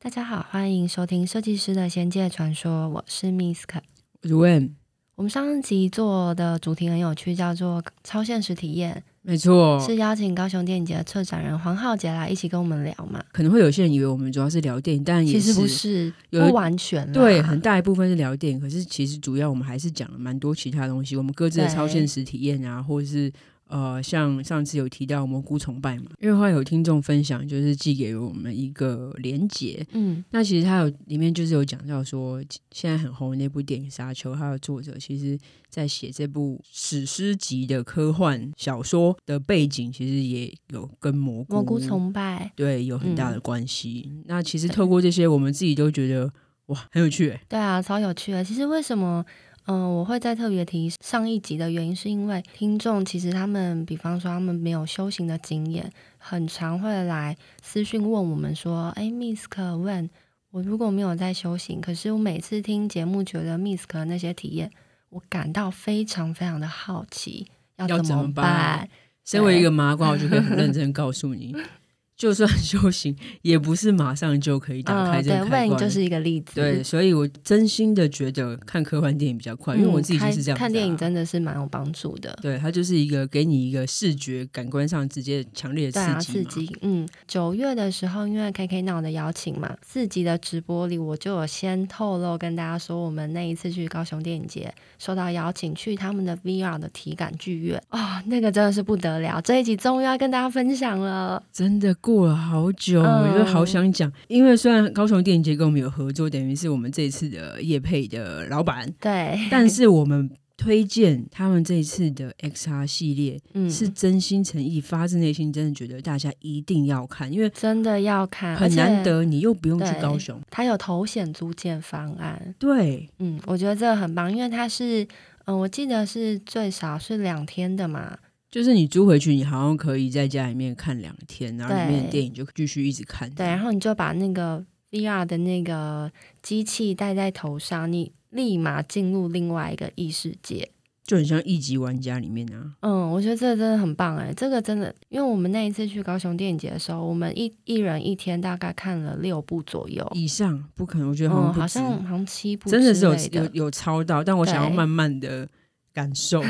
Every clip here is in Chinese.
大家好，欢迎收听《设计师的仙界传说》，我是 Misk。如问，我们上一集做的主题很有趣，叫做“超现实体验没”，错，是邀请高雄电影节的策展人黄浩杰来一起跟我们聊嘛。可能会有些人以为我们主要是聊电影，但也其实是不是，有不完全啦对，很大一部分是聊电影，可是其实主要我们还是讲了蛮多其他东西，我们各自的对超现实体验啊，或者是呃，像上次有提到蘑菇崇拜嘛，因为后来有听众分享，就是寄给我们一个连结，嗯，那其实他有里面就是有讲到说，现在很红的那部电影《沙丘》，它的作者其实在写这部史诗级的科幻小说的背景，其实也有跟蘑菇蘑菇崇拜，对有很大嗯的关系。那其实透过这些，我们自己都觉得哇很有趣欸、对啊，超有趣的。其实为什么？嗯，我会再特别提上一集的原因，是因为听众其实他们，比方说他们没有修行的经验，很常会来私讯问我们说：“哎，Misk 问我如果没有在修行，可是我每次听节目，觉得 Misk 那些体验，我感到非常非常的好奇，要要怎怎么么办身为一个麻瓜，我就可以很认真告诉 你，就算修行，也不是马上就可以打嗯，开这个对，开关。问就是嗯一个例子。对，所以我真心的觉得看科幻电影比较快，因为嗯我自己就开是这样、子啊看电影真的是蛮有帮助的。对，它就是一个给你一个视觉感官上直接强烈对啊，的四刺激嘛。级，嗯，九月的时候，因为 KK 闹的邀请嘛，四级的直播里，我就有先透露跟大家说，我们那一次去高雄电影节，收到邀请去他们的 VR 的体感剧院，哦，那个真的是不得了，这一集终于要跟大家分享了，真的过了好久，嗯我就好想讲，因为虽然高雄电影节跟我们有合作，等于是我们这一次的业配的老板， 对，但是我们推荐他们这一次的 XR 系列，嗯，是真心诚意、发自内心，真的觉得大家一定要看，因为真的要看，很难。得，你又不用去对高雄，它有头显租借方案，对，嗯，我觉得这个很棒，因为它是，嗯、我记得是最少是两天的嘛，就是你租回去，你好像可以在家里面看两天，然后里面对的电影就继续一直看，对，然后你就把那个 VR 的那个机器戴在头上，你立马进入另外一个异世界。就很像一级玩家里面啊。嗯，我觉得这个真的很棒哎，这个真的，因为我们那一次去高雄电影节的时候，我们一一人一天大概看了六部左右，以上不可能，我觉得嗯，好好像不止像哦好像七部真的是有之类有的有超到，但我想要对慢慢的 感受。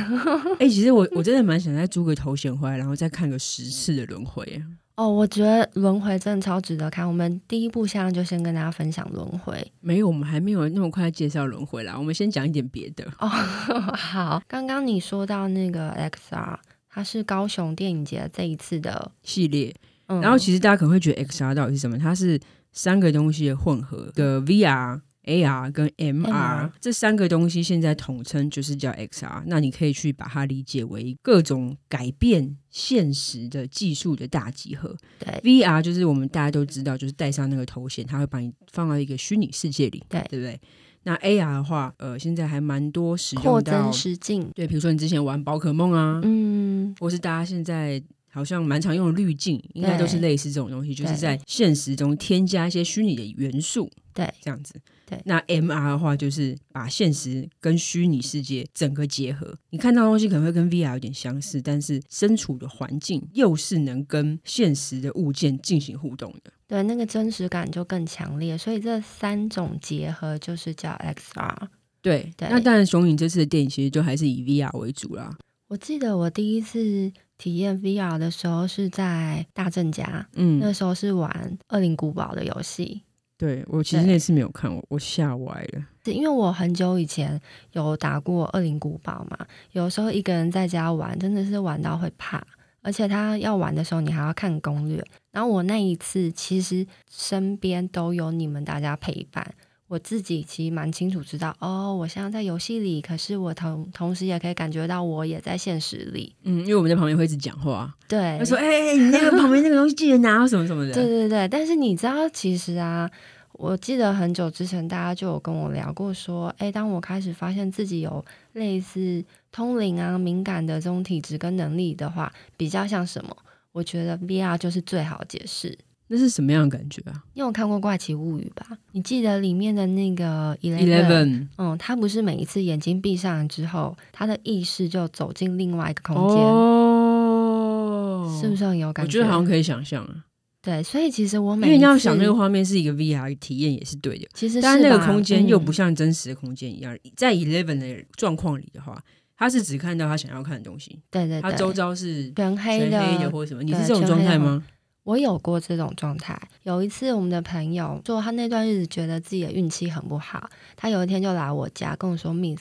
哎、其实我我真的蛮想再租个头衔回来，然后再看个十次的轮回。哦，我觉得《轮回》真的超值得看。我们第一部现在就先跟大家分享《轮回》。没有，我们还没有那么快介绍轮回啦。我们先讲一点别的。哦，好，刚刚你说到那个 XR，它是高雄电影节这一次的，系列。嗯，然后其实大家可能会觉得 XR 到底是什么？它是三个东西的混合，嗯的 VR。AR 跟 MR, MR 这三个东西现在统称就是叫 XR，那你可以去把它理解为各种改变现实的技术的大集合。对 VR 就是我们大家都知道，就是戴上那个头衔，它会把你放到一个虚拟世界里，对对不对？那 AR 的话，呃，现在还蛮多使扩用到增，实境，对，比如说你之前玩宝可梦啊，嗯，或是大家现在好像蛮常用的滤镜，应该都是类似这种东西，就是对在现实中添加一些虚拟的元素，对，这样子。对那 MR 的话就是把现实跟虚拟世界整个结合。你看到的东西可能会跟 VR 有点相似，但是身处的环境又是能跟现实的物件进行互动的。对，那个真实感就更强烈，所以这三种结合就是叫 XR。对，对那当然，雄影这次的电影其实就还是以 VR 为主啦。我记得我第一次体验 VR 的时候是在大正家，那嗯，时候是玩《恶灵古堡》的游戏，对我其实对那次没有看，我我吓歪了。是因为我很久以前有打过《恶灵古堡》嘛，有时候一个人在家玩真的是玩到会怕，而且他要玩的时候你还要看攻略。然后我那一次其实身边都有你们大家陪伴，我自己其实蛮清楚知道哦，我现在在游戏里，可是我同同时也可以感觉到我也在现实里。嗯，因为我们在旁边会一直讲话，对他，说：“哎、哎哎你 那个旁边那个东西记得拿，什么什么的。”对对对，但是你知道，其实啊，我记得很久之前大家就有跟我聊过，说，诶，当我开始发现自己有类似通灵啊、敏感的这种体质跟能力的话，比较像什么？我觉得 VR 就是最好解释。那是什么样的感觉啊你有看过《怪奇物语》吧？你记得里面的那个 Eleven， ？Eleven 嗯，他不是每一次眼睛闭上之后，他的意识就走进另外一个空间，哦，是不是很有感我觉得好像可以想象啊，对，所以其实我因每为一你要次想那个，画面是一个 VR 体验也是对的，其实但是那个吧空间又不嗯像真实的空间一样，在 Eleven 的状况里的话，他是只看到他想要看的东西，对对他对，周遭是全黑全的，黑的或者什么，你是对这种全状黑的态话吗？我有过这种状态。有一次，我们的朋友说他那段日子觉得自己的运气很不好，他有一天就来我家跟我说：“Misk，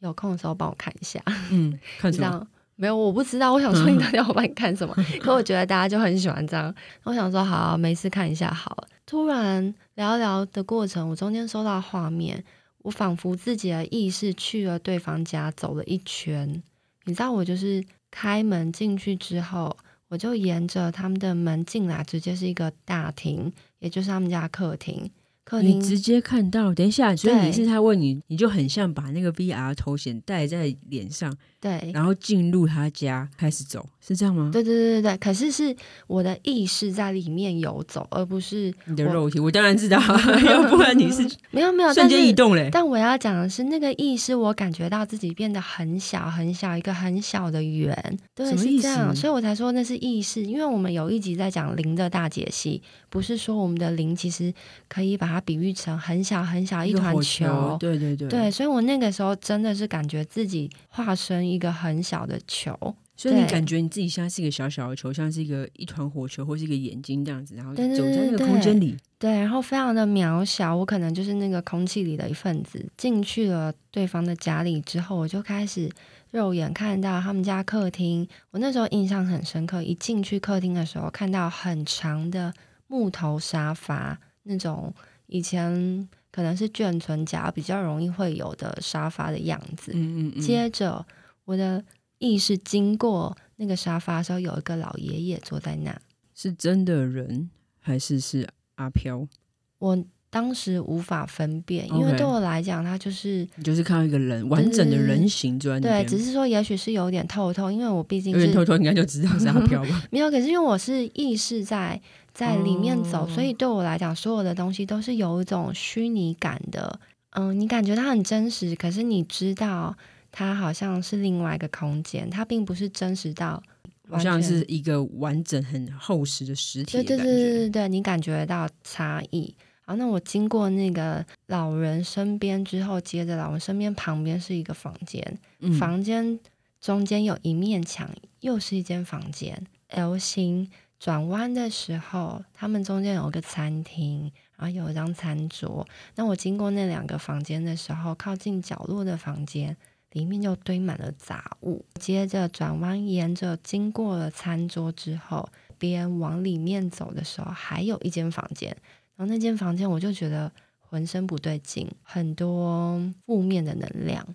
有空的时候帮我看一下。嗯，” 看你什知么？道没有？我不知道，我想说你到底要我帮你看什么？可我觉得大家就很喜欢这样。我想说好，没事看一下好了。突然聊一聊的过程，我中间收到画面，我仿佛自己的意识去了对方家走了一圈。你知道，我就是开门进去之后，我就沿着他们的门进来，直接是一个大厅，也就是他们家客厅。客厅你直接看到，等一下，所以对你是他问你，你就很像把那个 VR 头衔戴在脸上，对，然后进入他家开始走，是这样吗？对对对对对。可是是我的意识在里面游走，而不是你的我肉体，我当然知道， 要不然你是嗯没有没有瞬但间是移动嘞。但我要讲的是，那个意识，我感觉到自己变得很小很小，一个很小的圆，什对，么是意这思样，所以我才说那是意识。因为我们有一集在讲零的大解析，不是说我们的零其实可以把它比喻成很小很小一个团火球，对对对，对，所以我那个时候真的是感觉自己化身一个很小的球，所以你对感觉你自己像是一个小小的球，像是一个一团火球或是一个眼睛这样子，然后对对走在那个对空间里，对，然后非常的渺小，我可能就是那个空气里的一份子。进去了对方的家里之后，我就开始肉眼看到他们家客厅。我那时候印象很深刻，一进去客厅的时候，看到很长的木头沙发，那种以前可能是眷村家比较容易会有的沙发的样子。嗯嗯嗯，接着，我的意识经过那个沙发的时候，有一个老爷爷坐在那。是真的人还是是阿飘？我当时无法分辨，因为 OK 对我来讲，它就是你就是看到一个人完整的人形坐在那对，只边，是说也许是有点透透，因为我毕竟有点是偷偷应该就知道是阿飘吧。没有，可是因为我是意识在在里面走，哦所以对我来讲，所有的东西都是有一种虚拟感的。嗯，你感觉它很真实，可是你知道它好像是另外一个空间，它并不是真实到好完全像是一个完整、很厚实的实体对的对感觉。对对对对，你感觉到差异。好，那我经过那个老人身边之后，接着老人身边旁边是一个房间，嗯房间中间有一面墙，又是一间房间 L 型。转弯的时候，他们中间有个餐厅，然后有一张餐桌。那我经过那两个房间的时候，靠近角落的房间里面就堆满了杂物。接着转弯，沿着经过了餐桌之后，边往里面走的时候，还有一间房间。然后那间房间我就觉得浑身不对劲，很多负面的能量。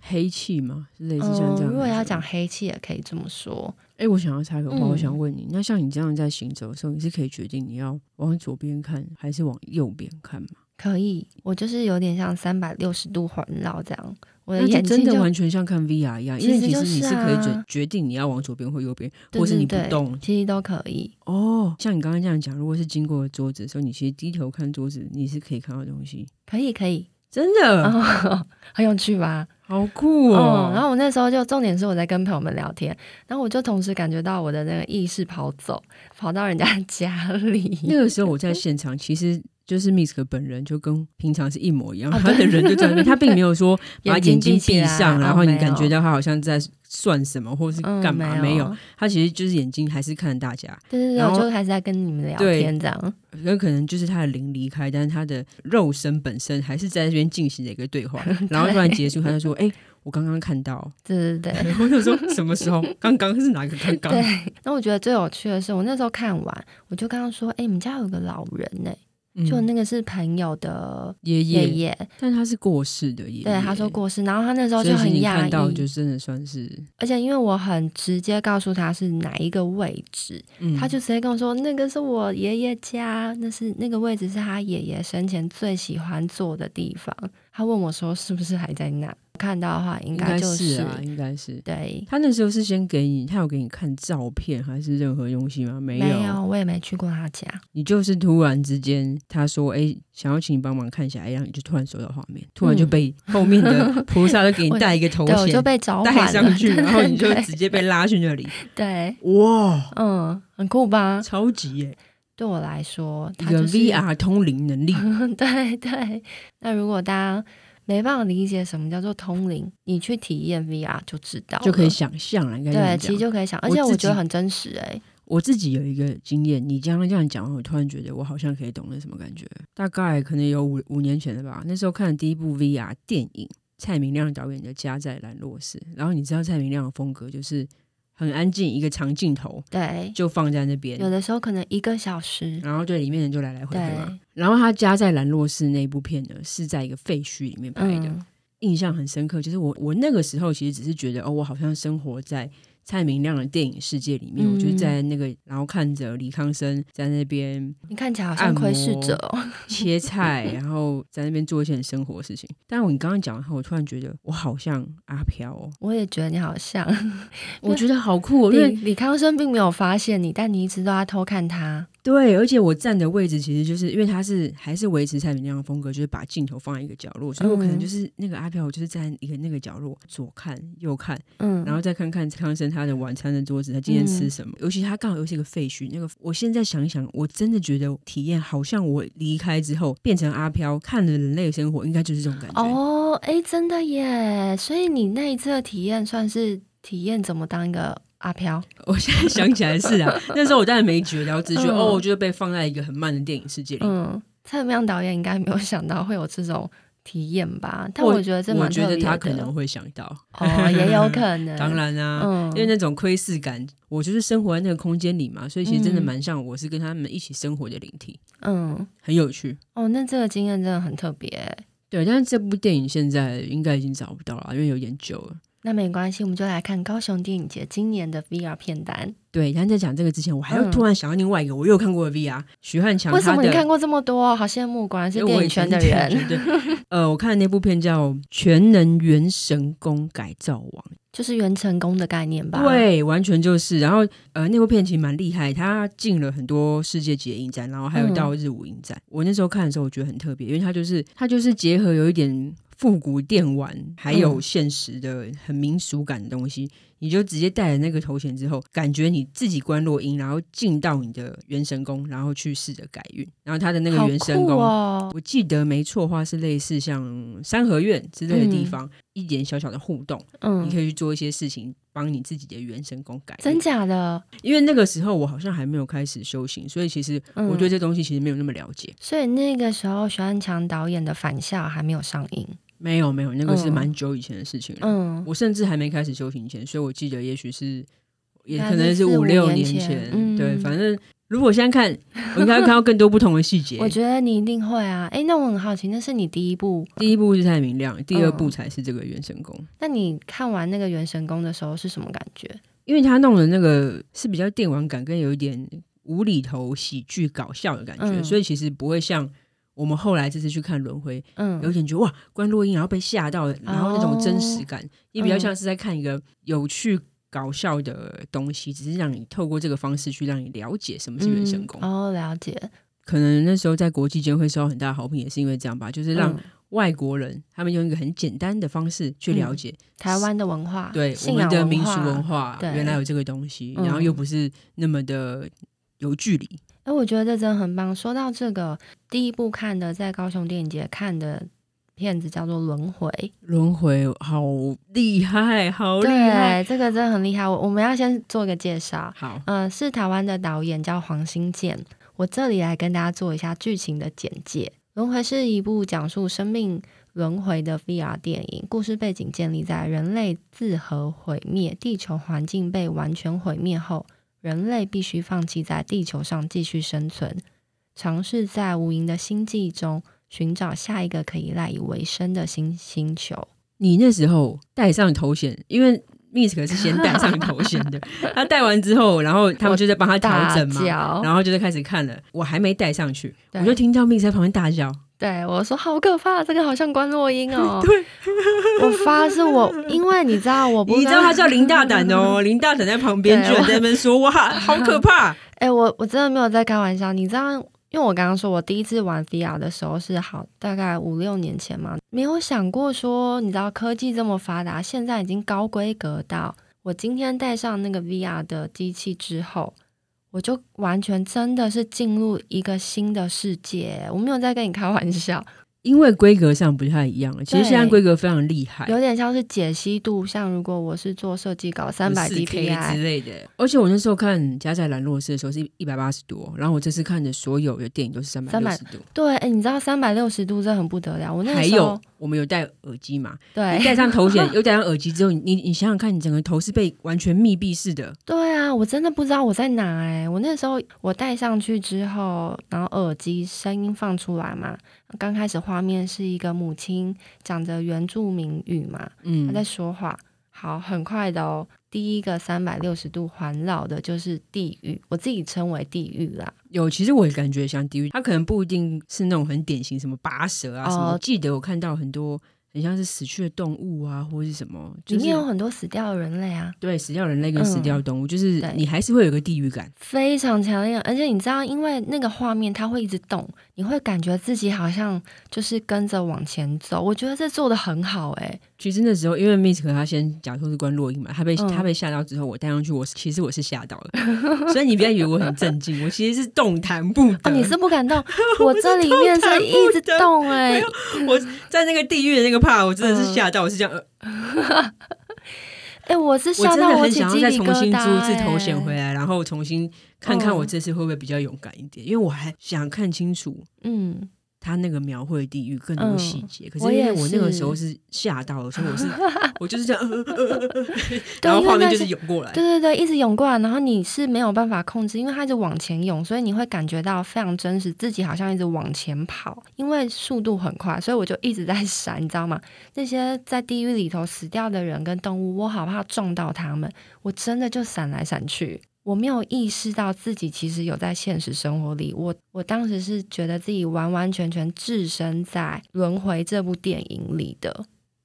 黑气嘛，是类似像嗯这，样。如果要讲，黑气，也可以这么说。哎、我想要插个话，嗯我想问你，那像你这样在行走的时候，你是可以决定你要往左边看还是往右边看吗？可以，我就是有点像三百六十度环绕这样，我的那这眼真睛的就完全像看 VR 一样，因为其其实实你就是是可以决啊决定你要往左边或右边，对或是对你不对动。其实都可以。哦，像你刚刚这样讲，如果是经过桌子的时候，你其实低头看桌子，你是可以看到东西，可以可以，真的、哦， 很有趣吧？好酷哦。嗯，然后我那时候就重点是我在跟朋友们聊天，然后我就同时感觉到我的那个意识跑走，跑到人家 家那里。个时候我在现场，其实就是 Misk 本人就跟平常是一模一样，哦他的人就在那边，他并没 有说把眼睛起闭来上，哦然后你没感觉有到他好像在算什么或是嗯干嘛，没没有，？他其实就是眼睛还是看大家，对对对，然我后就还是在跟你们聊对天这样。有可能就是他的灵离开，但是他的肉身本身还是在那边进行的一个对 话，然后突然结束，他就说：“哎、我刚刚看到。 对对对，”我就说：“什么时候？刚刚是哪个刚刚？”对，那我觉得最有趣的是，我那时候看完，我就跟他说：“哎、你们家有个老人欸呢、嗯就那个是朋友的爷爷爷，爷，但他是过世的爷爷，对，他说过世，然后他那时候所以就很其实你讶看到异，就真的算是，而且因为我很直接告诉他是哪一个位置，嗯他就直接跟我说：“那个是我爷爷家，那是那个位置是他爷爷生前最喜欢坐的地方。”他问我说：“是不是还在那？”看到的话，应应该该就是啊，应该是。对，他那时候是先给你，他有给你看照片还是任何东西吗？没有，没有，我也没去过他 家。你就是突然之间他说：“哎、想要请你帮忙看一下。哎，然后你就突然收到画面，突然就被后 面的菩萨就给你戴一个头对，嗯我就衔。被召戴唤上了，去，对然后你就对 直接被拉去那里，对，哇，嗯，很酷吧？超级耶！对我来说，一它个就是 VR 通灵能力， 对对。那如果大家没办法理解什么叫做通灵，你去体验 VR 就知道，就可以。想象了。应该这对，样其实讲。就可以想，而我且自我觉得己很真实哎诶、我自己有一个经验，你刚刚这样讲，我突然觉得我好像可以懂那什么感觉。大概可能有五五年前了吧，那时候看的第一部 VR 电影，蔡明亮导演的《家在兰若寺》，然后你知道蔡明亮的风格就是很安静，一个长镜头对，就嗯放在那边，有的时候可能一个小时，然后对里面人就来来回回嘛对。然后他家在兰若寺那部片呢，是在一个废墟里面拍的，嗯印象很深刻。就是我我那个时候其实只是觉得，哦，我好像生活在蔡明亮的电影世界里面，嗯我就是在那个，然后看着李康生在那 边你看起来好像按窥视摩者哦，切菜，然后在那边做一些很生活的事情。但我你刚刚讲完后，我突然觉得我好像阿飘哦，我也觉得你好像。 我觉得好酷、哦，因李为李康生并没有发现你，但你一直都在偷看他。对，而且我站的位置其实就是因为他是还是维持蔡明亮的风格，就是把镜头放在一个角落，所以我可能嗯就是那个阿飘，我就是站在一个那个角落，左看右看，嗯，然后再看看康生他的晚餐的桌子，他今天吃什么？尤其他刚好又是一个废墟，那个我现在想一想，我真的觉得体验好像我离开之后变成阿飘，看了人类的生活，应该就是这种感觉。哦，哎，真的耶！所以你那一次的体验算是体验怎么当一个阿飘，我现在想起来是 啊，那时候我当然没觉得，我只是觉得、嗯哦，我就是被放在一个很慢的电影世界里。嗯，蔡明亮导演应该没有想到会有这种体验吧？但我我觉得这我蛮觉特别得的，他可能会想到，哦，也有可能， 当，然啊，嗯，因为那种窥视感，我就是生活在那个空间里嘛，所以其实真的蛮像我是跟他们一起生活的灵体，嗯，很有趣。哦，那这个经验真的很特别。对，但是这部电影现在应该已经找不到了，因为有点久了。那没关系，我们就来看高雄电影节今年的 VR 片单。对，但在讲这个之前，我还要嗯突然想到另外一个我又看过的 VR，徐汉强为什他么你的。看过这么多？好羡慕，果然是因为电我影以前圈的是电人影。圈对，呃，我看的那部片叫《全能元神功改造王 就是元成功的概念吧？，》，对，完全就是。然后，呃，那部片其实蛮厉害，它进了很多世界级的影展，然后还有嗯到日舞影展。我那时候看的时候，我觉得很特别，因为它就是它就是结合有一点复古电玩，还有嗯现实的很民俗感的东西，你就直接戴了那个头衔之后，感觉你自己关落音，然后进到你的元神宫，然后去试着改运。然后他的那个好元神酷宫，哦！我记得没错的话是类似像三合院之类的地嗯方，一点小小的互动，你可嗯，以去做一些事情，帮你自己的元神宫改运。真假的？因为那个时候我好像还没有开始修行，所以其实嗯我对这东西其实没有那么了解。所以那个时候，徐汉强导演的《返校》还没有上映。没有没有，那个是嗯蛮久以前的事情了。嗯，我甚至还没开始修行前，所以我记得也许是，也应该可能是是四五六年年前嗯对，反正如果现在看，我应该会看到更多不同的细节。我觉得你一定会啊！诶，那我很好奇，那是你第一部？第一部是太明亮，第二嗯部才是这个元神宫。那你看完那个《元神功》的时候是什么感觉？因为他弄的那个是比较电玩感，跟有一点无厘头喜剧搞笑的感觉，嗯所以其实不会像我们后来这次去看《轮回》，有嗯，点觉得哇，关洛英然后被吓到，然后那哦种真实感，嗯也比较像是在看一个有趣搞笑的东西，只是让你透过这个方式去让你了解什么是元神功。嗯哦，了解。可能那时候在国际间会受到很大的好评，也是因为这样吧，就是让嗯外国人他们用一个很简单的方式去嗯了解台湾的文化，对啊我信们仰的民文俗化。文化，对原来有这个东西，嗯然后又不是那么的有距离。哎、我觉得这真的很棒。说到这个，第一部看的在高雄电影节看的片子叫做《轮回》，轮回好厉害，好厉害，对，这个真的很厉害。我我们要先做一个介绍，好，嗯、是台湾的导演叫黄新建。我这里来跟大家做一下剧情的简介。《轮回》是一部讲述生命轮回的 VR 电影，故事背景建立在人类自核毁灭、地球环境被完全毁灭后，人类必须放弃在地球上继续生存，尝试在无垠的星际中寻找下一个可以赖以为生的新星球。你那时候戴上头衔，因为 Miss 可是先戴上头衔 的，他戴完之后，然后他们就在帮他调大整嘛，叫，然后就在开始看了，我还没戴上去，对我就听到 Miss 在旁边大叫，对我说好可怕，这个好像关洛英哦。 对， 我发誓我，因为你知道我不，你知道他叫林大胆哦，林大胆在旁边对居然在那边说哇，好 可怕，哎、我我真的没有在开玩笑，你知道，因为我刚刚说我第一次玩 VR 的时候是好大概五六年前嘛，没有想过说，你知道科技这么发达，现在已经高规格到我今天戴上那个 VR 的机器之后，我就完全真的是进入一个新的世界，我没有在跟你开玩笑，因为规格上不太一样了。其实现在规格非常厉害，有点像是解析度。像如果我是做设计稿，三百 K 之 DPI，类的。而且我那时候看《加在兰洛斯》的时候是一百八十度，哦然后我这次看的所有的电影都是三百六十度。对，哎，你知道三百六十度这很不得了。我那个还时候有，我们有戴耳机嘛？你对戴上头显，又 戴上耳机之后，你你你想想看，你整个头是被完全密闭式的，对啊，我真的不知道我在哪哎、我那时候我戴上去之后，然后耳机声音放出来嘛，刚开始画面是一个母亲讲着原住民语嘛，她嗯在说话。好，很快的哦。第一个三百六十度环绕的就是地狱，我自己称为地狱啦。有，其实我也感觉像地狱，它可能不一定是那种很典型什么拔舌啊什哦么。我记得我看到很多很像是死去的动物啊，或是什么，就是、里面有很多死掉的人类啊，对死掉人类跟死掉的动物，就是对你还是会有个地狱感。非常强烈。而且你知道，因为那个画面它会一直动，你会感觉自己好像就是跟着往前走。我觉得这做的很好欸诶、其实那时候，因为 Misk 他先假说是关落音嘛，他被、嗯他被吓到之后，我戴上去，我其实我是吓到了， 所以你不要以为我很震惊，我其实是动弹不得。哦，你是不 敢动，我这里面是一直动哎、我在那个地狱的那个怕，我真的嗯是吓到，我是这样，呃哎、我是我吓真到的我很起想要鸡再皮重疙新瘩、租一次哎头衔回来，然后重新看看嗯我这次会不会比较勇敢一点，因为我还想看清楚嗯，他那个描绘的地域更多嗯细节。可是我因为也我那个是时候是吓到了，所以我是 我就是这样，呃呃呃呃呃对，然后因画为面那就是是。涌过来对。对对，一直涌过来，然后你是没有办法控制，因为它一直往前涌，所以你会感觉到非常真实，自己好像一直往前跑，因为速度很快，所以我就一直在闪，你知道吗？那些在地狱里头死掉的人跟动物，我好怕撞到他们，我真的就闪来闪去，我没有意识到自己其实有在现实生活里，我我当时是觉得自己完完全全置身在《轮回》这部电影里的，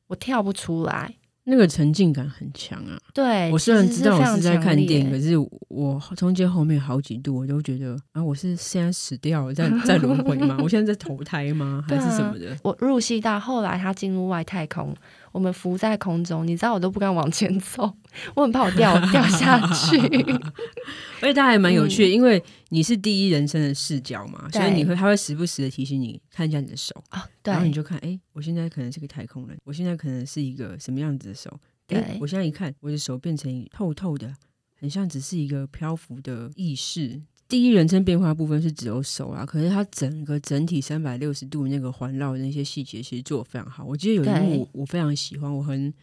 我跳不出来。那个沉浸感很强啊！对，我虽然哎其实知道非我常是在强看烈电影，可是我中间后面好几度我都觉得啊，我是现在死掉了，在在轮回 吗？我现在在投胎吗？还对是什啊么的？我入戏到后来，他进入外太空，我们浮在空中，你知道我都不敢往前走，我很怕我掉 掉下 去。而且它还蛮有趣的，因为你是第一人称的视角嘛，嗯对所以你会它会时不时的提醒你看一下你的手，啊，然后你对，就看，哎、我现在可能是个太空人，我现在可能是一个什么样子的手？哎、对我现在一看，我的手变成透透的，很像只是一个漂浮的意识。第一人称变化的部分是只有手啊，可是它整个整体三百六十度那个环绕的那些细节，其实做的非常好。我记得有一幕对我我非常喜欢，我很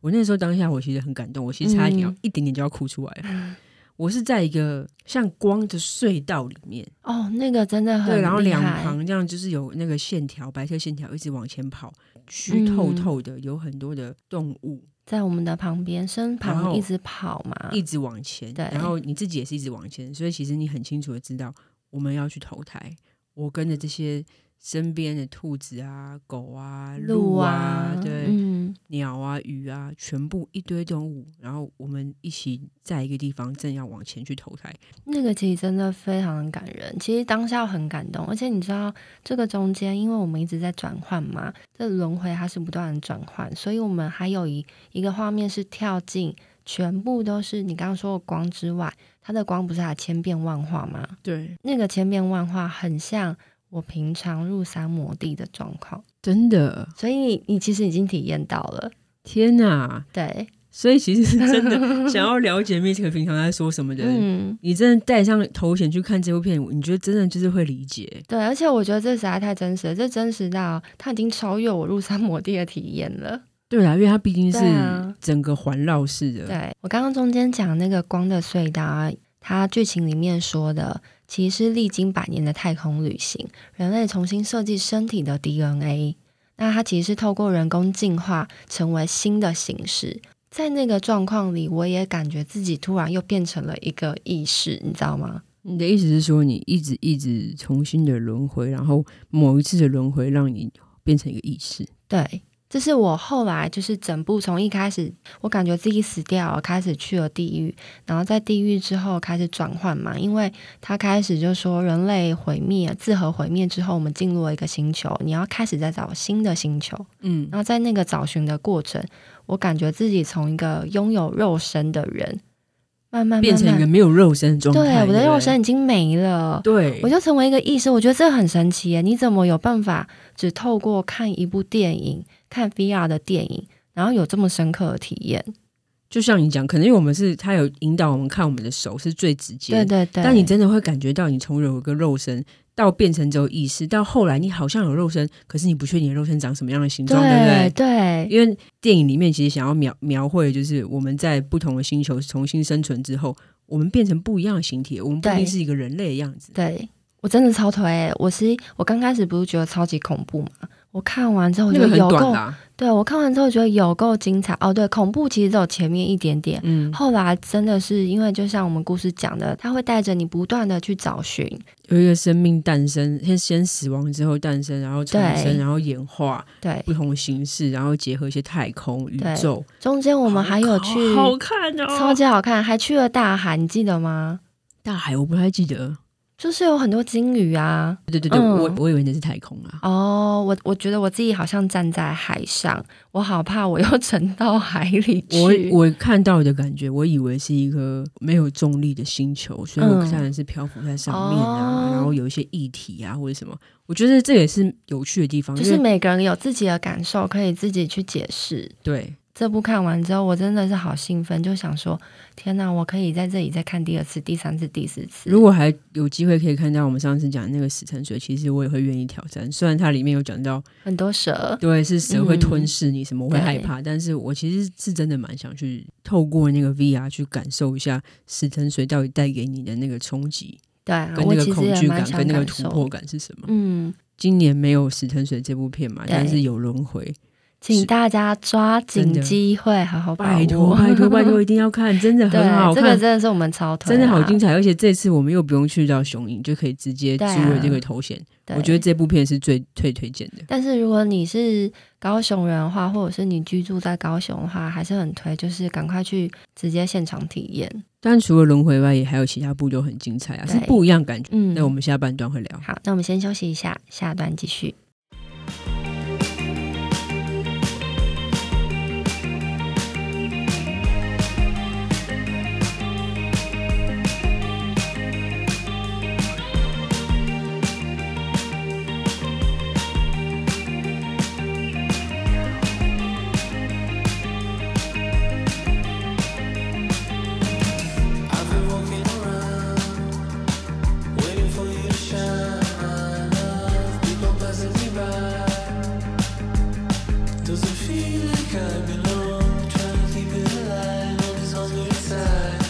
我那时候当下我其实很感动，我其实差一点要、嗯一点点就要哭出来了。我是在一个像光的隧道里面，哦，那个真的很对，然后厉两害旁这样就是有那个线条，白色线条一直往前跑，虚透嗯透的，有很多的动物在我们的旁边，身然后旁一直跑嘛，一直往前，嗯对然后你自己也是一直往前，所以其实你很清楚的知道我们要去投胎，我跟着这些身边的兔子啊、狗啊、鹿啊、对、嗯，鸟啊、鱼啊，全部一堆动物，然后我们一起在一个地方正要往前去投胎，那个其实真的非常的感人，其实当下很感动，而且你知道这个中间，因为我们一直在转换嘛，这轮回它是不断的转换，所以我们还有一一个画面是跳进全部都是你刚刚说的光之外，它的光不是还千变万化吗？对，那个千变万化很像我平常入山摩地的状况， 真的，所以你你其实已经体验到了，天哪！对，所以其实是真的 想要了解 Misk 平常在说什么的人，嗯。你真的戴上头衔去看这部片，你觉得真的就是会理解。对，而且我觉得这实在太真实了，这真实到它已经超越我入山摩地的体验了。对啦，因为它毕竟是对啊整个环绕式的，对我刚刚中间讲那个光的隧道啊，它剧情里面说的，其实是历经百年的太空旅行，人类重新设计身体的 DNA。那它其实是透过人工进化成为新的形式。在那个状况里，我也感觉自己突然又变成了一个意识，你知道吗？你的意思是说，你一直一直重新的轮回，然后某一次的轮回让你变成一个意识。对，这是我后来就是整部从一开始，我感觉自己死掉了，开始去了地狱，然后在地狱之后开始转换嘛，因为他开始就说人类毁灭、自核毁灭之后，我们进入了一个星球，你要开始再找新的星球，嗯，然后在那个找寻的过程，我感觉自己从一个拥有肉身的人。慢慢变成一个慢没有肉身的状慢态。对，我的不肉身已经没了。对，我就成为一个意识，我觉得这很神奇耶！你怎么有办法只透过看一部电影、看 VR 的电影，然后有这么深刻的体验？就像你讲，可能因为我们是他有引导我们看我们的手是最直接的，对对对。但你真的会感觉到，你从有一个肉身到变成只有意识，到后来你好像有肉身，可是你不确定你的肉身长什么样的形状，对对不对对？因为电影里面其实想要描描绘，就是我们在不同的星球重新生存之后，我们变成不一样的形体，我们不一定对是一个人类的样子。对，我真的超推欸、我是我刚开始不是觉得超级恐怖嘛，我看完之后我那觉个得很哦有短够，啦、啊，对我看完之后觉得有够精彩哦。对，恐怖其实只有前面一点点，嗯，后来真的是因为就像我们故事讲的，它会带着你不断的去找寻，有一个生命诞生，先先死亡之后诞生，然后重生，对然后演化对，不同的形式，然后结合一些太空宇对宙。中间我们还有去。好好看哦，超级好看，还去了大海，你记得吗？大海，我不太记得。就是有很多鲸鱼啊。对对对，嗯我我以为那是太空啊。哦，我我觉得我自己好像站在海上，我好怕我又 沉到海里我去。我看到的感觉，我以为是一个没有重力的星球，所以我嗯看的是漂浮在上面啊，哦然后有一些液体啊或者什么。我觉得这也是有趣的地方，就是因为每个人有自己的感受，可以自己去解释。对这部看完之后，我真的是好兴奋，就想说：天哪，我可以在这里再看第二次、第三次、第四次。如果还有机会可以看到我们上次讲的那个死沉水，其实我也会愿意挑战。虽然它里面有讲到，很多蛇，对，是蛇会吞噬你，什么我会对害怕，但是我其实是真的蛮想去透过那个 VR 去感受一下死沉水到底带给你的那个冲击，对啊，跟我那个其实恐也惧蛮感，想跟那个感突受。破感是什么。嗯，今年没有《死藤水》这部片嘛，对但是有轮回，请大家抓真的紧机会，好好把握。拜托 拜托拜托，一定要看，真的 很好对，这个看，真的是我们超推啊，真的好精彩。而且这次我们又不用去到雄鹰，就可以直接租对啊了这个头衔。对我觉得这部片是最最推荐的。但是如果你是高雄人的话，或者是你居住在高雄的话，还是很推，就是赶快去直接现场体验。但除了轮回外，也还有其他部都很精彩啊，对是不一样感觉。嗯，那我们下半段会聊。好，那我们先休息一下，下段继续。 I've been walking around, waiting for you to shine. People passing me by. Does it feel like I belong? Trying to keep it alive, always on the inside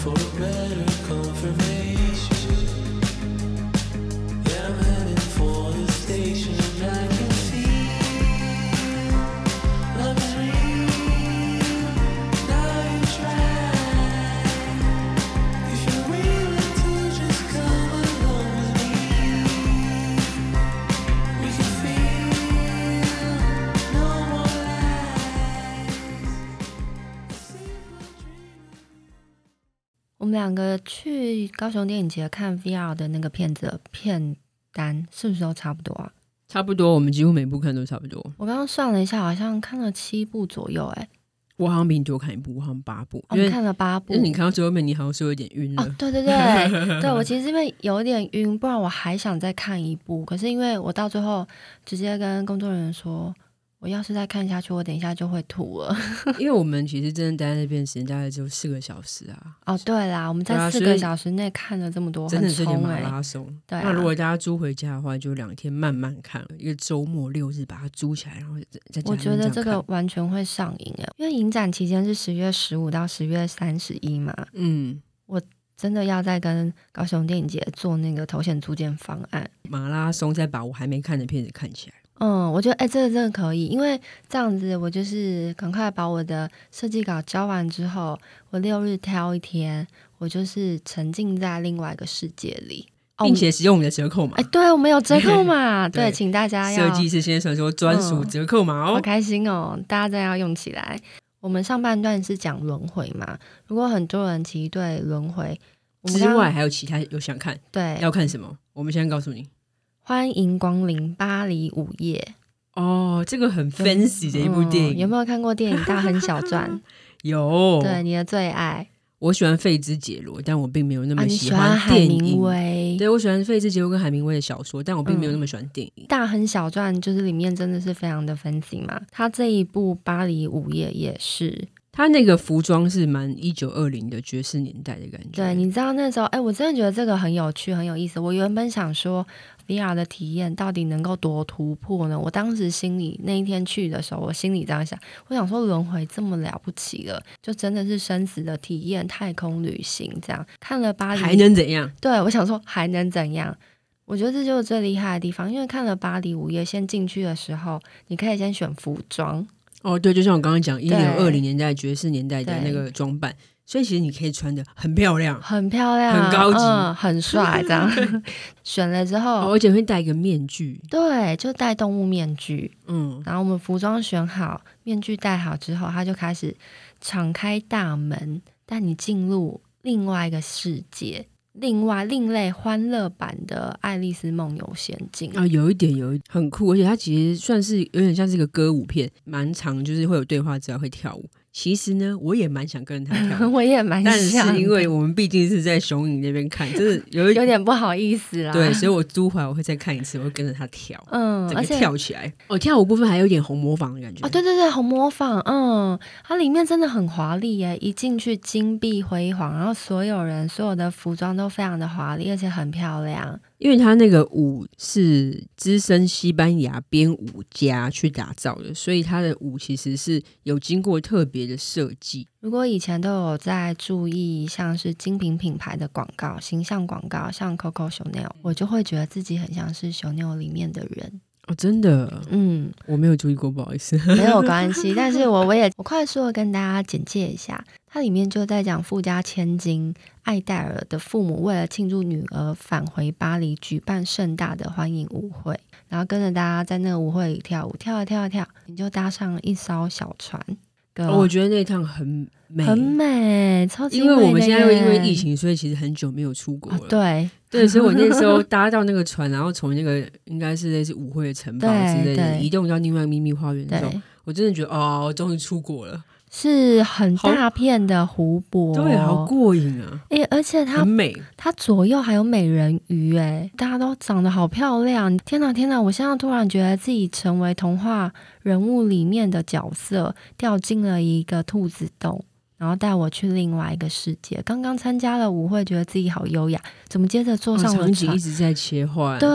for a better confirmation. That I'm heading for the station, and I can feel love is real. Now you try. If you're willing to just come along with me, we can feel no more lies. 我们两个去高雄电影节看 VR 的那个片子的片单，是不是都差不多啊？差不多，我们几乎每部看都差不多。我刚刚算了一下，好像看了七部左右、欸，哎、我好像比你多看一部，我好像八部，我因们为哦看了八部因为。你看到最后面，你好像是有点晕哦 了。，对对 对，对我其实因为有点晕，不然我还想再看一部。可是因为我到最后直接跟工作人员说，我要是再看下去，我等一下就会吐了。因为我们其实真的待在那边的时间大概只有四个小时啊，哦，对啦，我们对啊在四所个以小时内看了这么多，真的很是有点冲马哎、拉松。对啊那如果大家租回家的话，就两天慢慢看，一个周末六日把它租起来，然后再再我加觉上得样这看个完全会上瘾哎、因为影展期间是十月十五到十月三十一嘛，嗯真的要再跟高雄电影节做那个头衔租借方案。马拉松，再把我还没看的片子看起来。嗯，我觉得哎、这个真的可以，因为这样子我就是赶快把我的设计稿交完之后，我六日挑一天，我就是沉浸在另外一个世界里，哦并且使用我们的折扣码哎、，对我们有折扣 嘛？对对，请大家要设计师先生说专嗯属折扣码好哦。开心哦！大家真的要用起来。我们上半段是讲轮回嘛，如果很多人其实对轮回，我们之刚外还有其他有想看对要看什么？我们现在告诉你欢迎光临巴黎午夜哦，这个很 fancy 的一部嗯电有影， 哦没有看过电影《大亨小传》？有对，你的最爱。我喜欢费兹杰罗，但我并没有那啊，么你喜喜欢海电明影。威？对，我喜欢费兹杰罗跟海明威的小说，但我并没有嗯那么喜欢电影。大亨小传就是里面真的是非常的分析嘛，他这一部《巴黎午夜》也是，他那个服装是蛮一九二零的爵士年代的感觉。对，你知道那时候，哎、我真的觉得这个很有趣，很有意思。我原本想说，VR 的体验到底能够多突破呢？我当时心里那一天去的时候，我心里这样想，我想说轮回这么了不起了，就真的是生死的体验，太空旅行这样。看了巴黎，还能怎样？对我想说还能怎样？我觉得这就是最厉害的地方，因为看了巴黎午夜，先进去的时候，你可以先选服装，哦，对，就像我刚刚讲，一对九二零年代爵士年代的那对哦个装扮，所以其实你可以穿的很漂亮，很漂亮，很高级嗯、很帅，这 样选了之后。哦而且会戴一个面具。对，就戴动物面具，嗯，然后我们服装选好，面具戴好之后，他就开始敞开大门，带你进入另外一个世界，另外另类欢乐版的《爱丽丝梦游仙境》啊、有一点有一很酷，而且它其实算是有点像是一个歌舞片，蛮长，就是会有对话，只要会跳舞。其实呢，我也蛮想跟着他跳 舞。我也蛮哦但想的，是因为我们毕竟是在雄影那边看，真的有一有点不啊好意思啦。对，所以我租回来我会再看一次，我会跟着他跳，嗯，整而个且跳起来。哦，跳舞部分还有一点红模仿的感觉。哦，对对对，好模仿，嗯，它里面真的很华丽耶！一进去金碧辉煌，然后所有人所有的服装都非常的华丽，而且很漂亮。因为他那个舞是资深西班牙编舞家去打造的，所以他的舞其实是有经过特别的设计。如果以前都有在注意像是精品品牌的广告、形象广告，像 Coco Chanel，我就会觉得自己很像是 Chanel 里面的人。哦，真的，嗯，我没有注意过，不好意思。 没有关系，但是我我也我快速的跟大家简介一下，它里面就在讲富家千金艾黛尔的父母为了庆祝女儿返回巴黎，举办盛大的欢迎舞会，然后跟着大家在那个舞会里跳舞，跳啊跳啊跳，你就搭上一艘小船，跟哦我觉得那一趟很美，很美，超级因为我们美的现在又因为耶疫情，所以其实很久没有出国啊了。，对，对，所以我那时 候搭到那个船，然后从那个应该是类似舞会的城堡之类对的，对移动到另外秘密花园的时候，对，我真的觉得哦，我终于出国了，是很好大片的湖泊，对，好过瘾啊，诶、而且哦它很美。它左右还有美人鱼，诶，大家都长得好漂亮！天哪，天哪！我现在突然觉得自己成为童话人物里面的角色，掉进了一个兔子洞，然后带我去另外一个世界。刚刚参加了舞会，觉得自己好优雅，怎么接着坐哦上了场景船一？直在切换，对，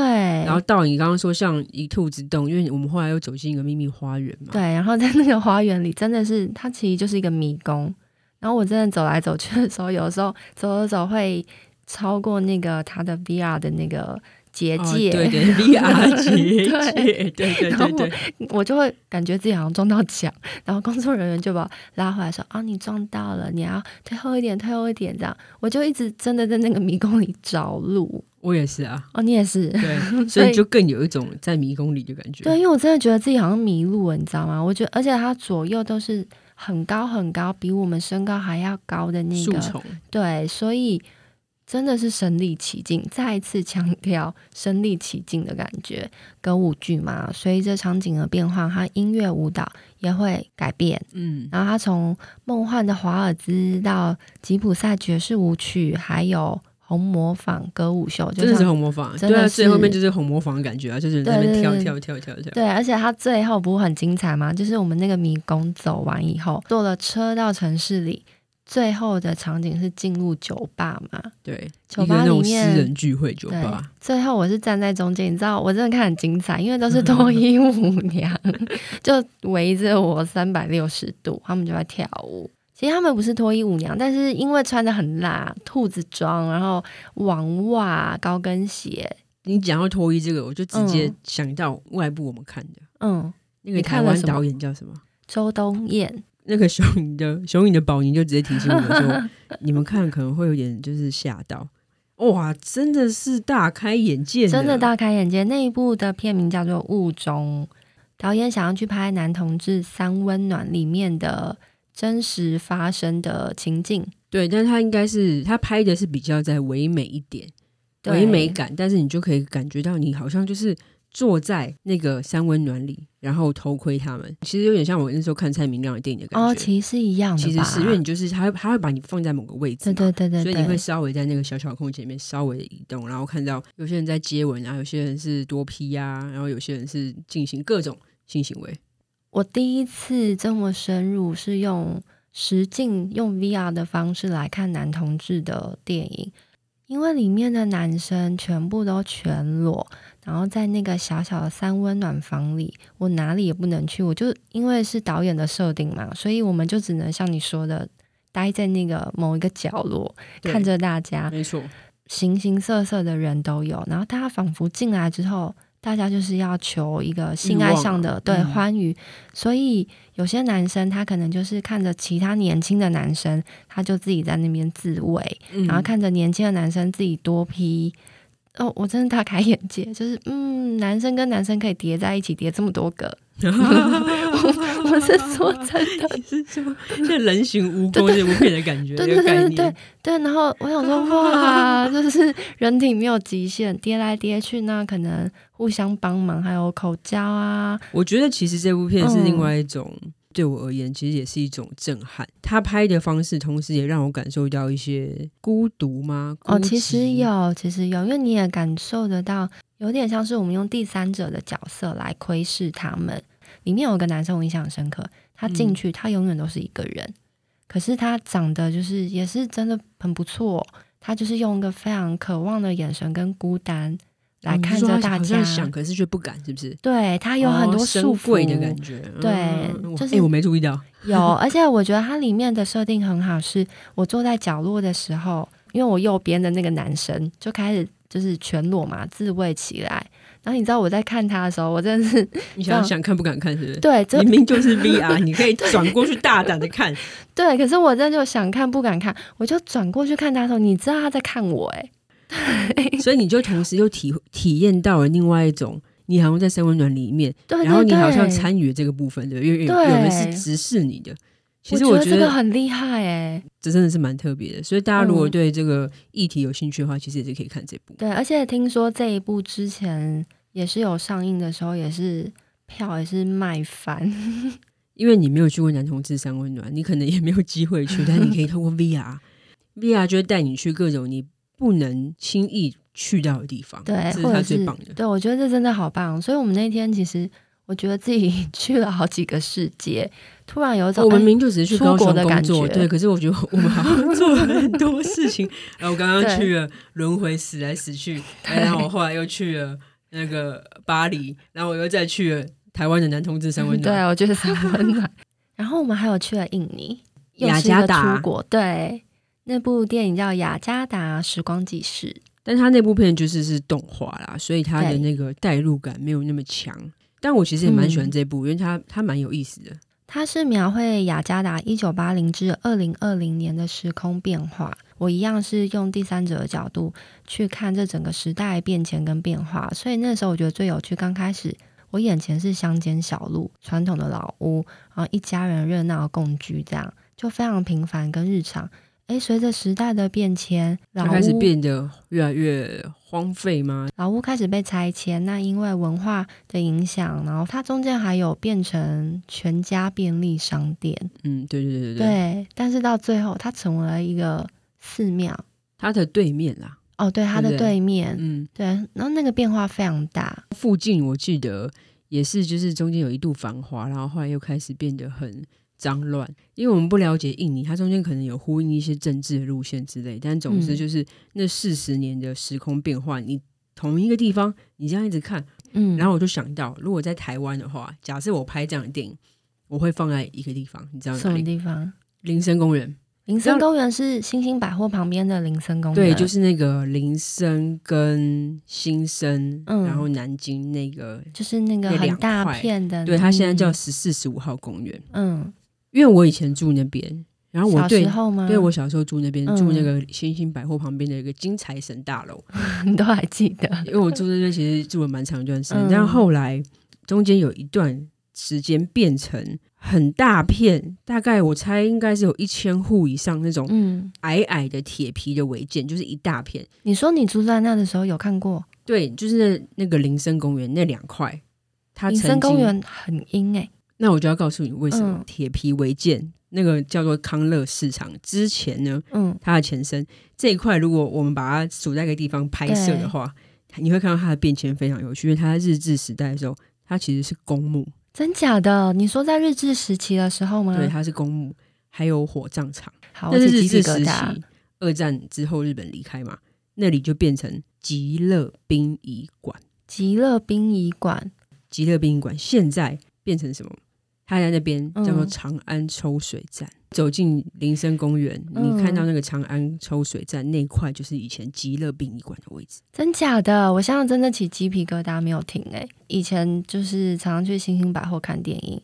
然后到你刚刚说像一兔子洞，因为我们后来又走进一个秘密花园嘛。对，然后在那个花园里，真的是它其实就是一个迷宫。然后我真的走来走去的时候，有的时候走走走会超过那个它的 VR 的那个结哦界，对 对，VR 结界，对对然后对对，我就会感觉自己好像撞到墙，然后工作人员就把我拉回来说：“啊，你撞到了，你要退后一点，退后一点。”这样，我就一直真的在那个迷宫里找路。我也是 啊，哦，你也是，对，所所以以就更有一种在迷宫里的感觉。对，因为我真的觉得自己好像迷路了，你知道吗？我觉得，而且它左右都是很高很高，比我们身高还要高的那树个丛，对，所以真的是身临其境，再一次强调身临其境的感觉。歌舞剧嘛，随着场景的变换，它音乐舞蹈也会改变。嗯，然后它从梦幻的华尔兹到吉普赛爵士舞曲，还有红模仿歌舞秀，就真的是像红模仿，真对啊，的最后面是就是红模仿的感觉啊，就是在那边对对跳对跳跳跳跳，对，而且它最后不是很精彩吗？就是我们那个迷宫走完以后，坐了车到城市里，最后的场景是进入酒吧嘛。对，酒一个吧那里种私面人聚会酒对吧，，最后我是站在中间，你知道，我真的看很精彩，因为 都是脱衣舞娘， 就围着我三百六十度，他们就在跳舞。其实他们不是脱衣舞娘，但是因为穿的很辣，兔子装，然后网袜、高跟鞋，你讲到脱衣这个，我就直接嗯想到外部我们看的嗯，那个你台看了湾什么导演叫什么？周冬燕，那个熊影的 熊影的宝宁就直接提醒我们说，你们看可能会有点就是吓到，哇，真的是大开眼界，真的。大开眼界。那一部的片名叫做《雾中》，导演想要去拍男同志三温暖里面的真实发生的情境，对，但是他应该是他拍的哦是比较在唯美一点，对唯美感，但是你就可以感觉到你好像就是坐在那个三温暖里，然后偷窥他们，其实有点像我那时候看蔡明亮的电影的感觉。哦，其实是一样的吧，其实是因为你就是他会他会把你放在某个位置对嘛，对对对，所以你会对稍微在那个小小的空间里面稍微移动，然后看到有些人在接吻啊，有些人是多批啊，然后有些人是进行各种性行为。我第一次这么深入是用实境用 VR 的方式来看男同志的电影，因为里面的男生全部都全裸，然后在那个小小的三温暖房里，我哪里也不能去，我就因为是导演的设定嘛，所以我们就只能像你说的。待在那个某一个角落，对看着大家，没错，形形色色的人都有，然后大家仿佛进来之后，大家就是要求一个性爱上的对嗯欢愉，所以有些男生他可能就是看着其他年轻的男生，他就自己在那边自慰，嗯然后看着年轻的男生自己多批。哦，我真的大开眼界，就是嗯，男生跟男生可以叠在一起，叠这么多个， 我我是说真的，是什么？像人形蜈蚣这部片的感觉，对对这个概对念对对，然后我想说， 哇，就是人体没有极限，跌来跌去，那可能互相帮忙，还有口交啊，我觉得其实这部片是嗯另外一种。对我而言，其实也是一种震撼。他拍的方式，同时也让我感受到一些孤独吗？哦，孤寂啊其实，有，其实有，因为你也感受得到，有点像是我们用第三者的角色来窥视他们。里面有一个男生，我印象很深刻，他进嗯去，他永远都是一个人，可是他长得就是也是真的很不错，他就是用一个非常渴望的眼神跟孤单来哦你看是说着他大好家。像想，可是却不敢，是不是？对他哎有很多哦束深缚贵的感觉。对嗯我就是哎我没注意到。 有，而且我觉得它里面的设定很好，是我坐在角落的时候，因为我右边的那个男生就开始就是全裸嘛，自慰起来。然后你知道我在看他的时候，我真的是你想嗯想看不敢看，是不是？对，就明明就是 VR，你可以转过去大胆的看。对，可是我真的就想看不敢看，我就转过去看他的时候，你知道他在看我哎、所以你就同时又体体验到了另外一种，你好像在三温暖里面，对对对，然后你好像参与了这个部分，对不对，因为有对有人是直视你的。其实我我觉觉得这个得很厉害哎、这真的是蛮特别的，所以大家如果嗯对这个议题有兴趣的话，其实也是可以看这部。对，而且听说这一部之前也是有上映的时候，也是票也是卖翻。因为你没有去过男同志三温暖，你可能也没有机会去，但你可以 透过 VR，VR 就会带你去各种你不能轻易去到的地方，对，这是或者它是最棒的。对，我觉得这真的好棒。所以我们那天其实，我觉得自己 去了好几个世界，突然有一种哦我们哎明明就只是去出高国雄的工感作，觉对。可是我觉得我们好像 做了很多事情。然后我刚刚对去了轮回，死来死去，然后我后来又去了那个巴黎，然后我又再去了台湾的男同志三温对，暖。我觉得是很温暖。然后我们还有去了印尼，又雅是一个加达出国，对，那部电影叫《雅加达时光纪事》。但他那部片就是是动画啦，所以他的对那个代入感没有那么强。但我其实也蛮喜欢嗯这部，因为它它蛮有意思的。它是描绘雅加达一九八零至二零二零年的时空变化。我一样是用第三者的角度去看这整个时代变迁跟变化，所以那时候我觉得最有趣。刚开始我眼前是乡间小路、传统的老屋，然后一家人热闹共居，这样就非常平凡跟日常。诶，随着时代的变迁，老它开始屋变得越来越荒废吗？老屋开始被拆迁，那因为文化的影响，然后它中间还有变成全家便利商店。嗯，对对对对。对，但是到最后，它成为了一个寺庙。它的对面啦，哦，对，它对的不对对面，嗯，对，然后那个变化非常大，附近我记得也是，就是中间有一度繁华，然后后来又开始变得很脏乱。因为我们不了解印尼，它中间可能有呼应一些政治的路线之类，但总之嗯就是那四十年的时空变化，你同一个地方你这样一直看，嗯，然后后我就想到，如果在台湾的话，假设我拍这样的电影，我会放在一个地方，你知道什哪么里？地方？林森公园，林知道森公园是星星百货旁边的林森公园，对，就是那个林森跟新生，嗯然后南京那个，就是那个那很两大块片的，对，它现在嗯叫十四十五号公园。嗯，因为我以前住那边，然后我小对时候吗？对我小时候住那边，嗯住那个星星百货旁边的一个金财神大楼， 你都还记得，因为我住那边其实住了蛮长一段时间，嗯但后来中间有一段时间变成很大片，大概我猜应该是有一千户以上那种嗯，矮矮的铁皮的违建，就是一大片。你说你住在那的时候有看过，对，就是那那个林森公园那两块，它隐曾身经公园很阴哎、那我就要告诉你为什么嗯铁皮违建那个叫做康乐市场之前呢，嗯，它的前身这一块，如果我们把它锁在一个地方拍摄的话，你会看到它的变迁非常有趣，因为它在日治时代的时候，它其实是公墓，真假的？你说在日治时期的时候吗？对，它是公墓，还有火葬场，好，我那是起日鸡治皮疙时瘩期。，二战之后日本离开嘛，那里就变成极乐殡仪馆，极乐殡仪馆，极乐殡仪馆现在变成什么？它在那边叫做嗯长安抽水站。走进林森公园，嗯你看到那个长安抽水站那一块，就是以前极乐殡仪馆的位置。真假的？我现在真的起鸡皮疙瘩，没有停哎、以前就是常常去星星百货看电影，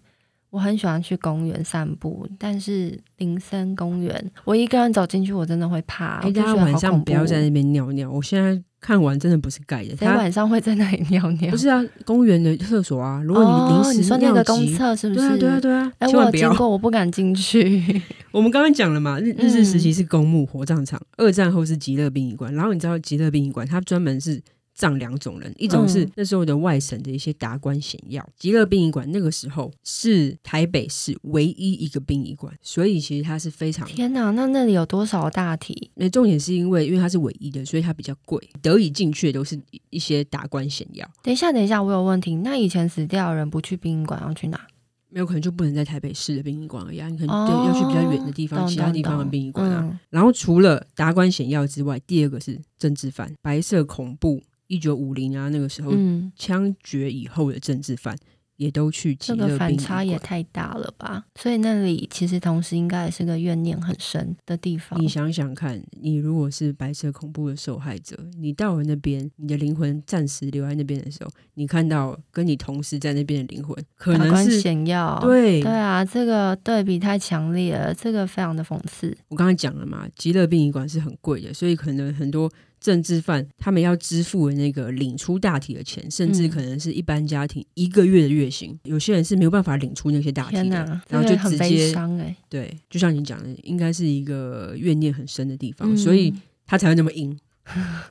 我很喜欢去公园散步，但是林森公园，我一个人走进去，我真的会怕。哎、啊我就大觉家得好晚上恐不要怖在那边尿尿。我现在看完真的不是盖的，谁它晚上会在那里尿尿？不是啊，公园的厕所啊。如果哦你临你时说尿急，那个公厕是不对是？啊对啊对啊，哎、千我万有不经要。过，我不敢进去。 我们刚刚讲了嘛，日日治时期嗯是公墓火葬场，二战后是极乐殡仪馆。然后你知道极乐殡仪馆它专门是。葬两种人，一种是嗯那时候的外省的一些达官显要，极乐殡仪馆那个时候是台北市唯一一个殡仪馆，所以其实它是非常天哪，那那里有多少大体？那重点是因为因为它是唯一的，所以它比较贵，得以进去的都是一一些达官显要，等一下，等一下，我有问题。那以前死掉的人不去殡仪馆，要去哪？没有可能就不能在台北市的殡仪馆而已、啊，你可能就要去比较远的地方，懂其他懂地方的哦懂殡仪馆啊。嗯然后除了达官显要之外，第二个是政治犯，白色恐怖，一九五零啊那个时候、嗯，枪决以后的政治犯也都去极这个乐殡反仪差馆。也太大了吧！所以那里其实同时应该也是个怨念很深的地方。你想想看，你如果是白色恐怖的受害者，你到了那边，你的灵魂暂时留在那边的时候，你看到跟你同时在那边的灵魂，可达能官是显要，对。对啊，这个对比太强烈了，这个非常的讽刺。我刚才讲了嘛，极乐殡仪馆是很贵的，所以可能很多政治犯他们要支付的那个领出大体的钱，甚至嗯可能是一般家庭一个月的月薪，有些人是没有办法领出那些大体天的哪，，然后这就个很直悲接伤哎、对，就像你讲的，应该是一个怨念很深的地方，嗯所以它才会那么阴。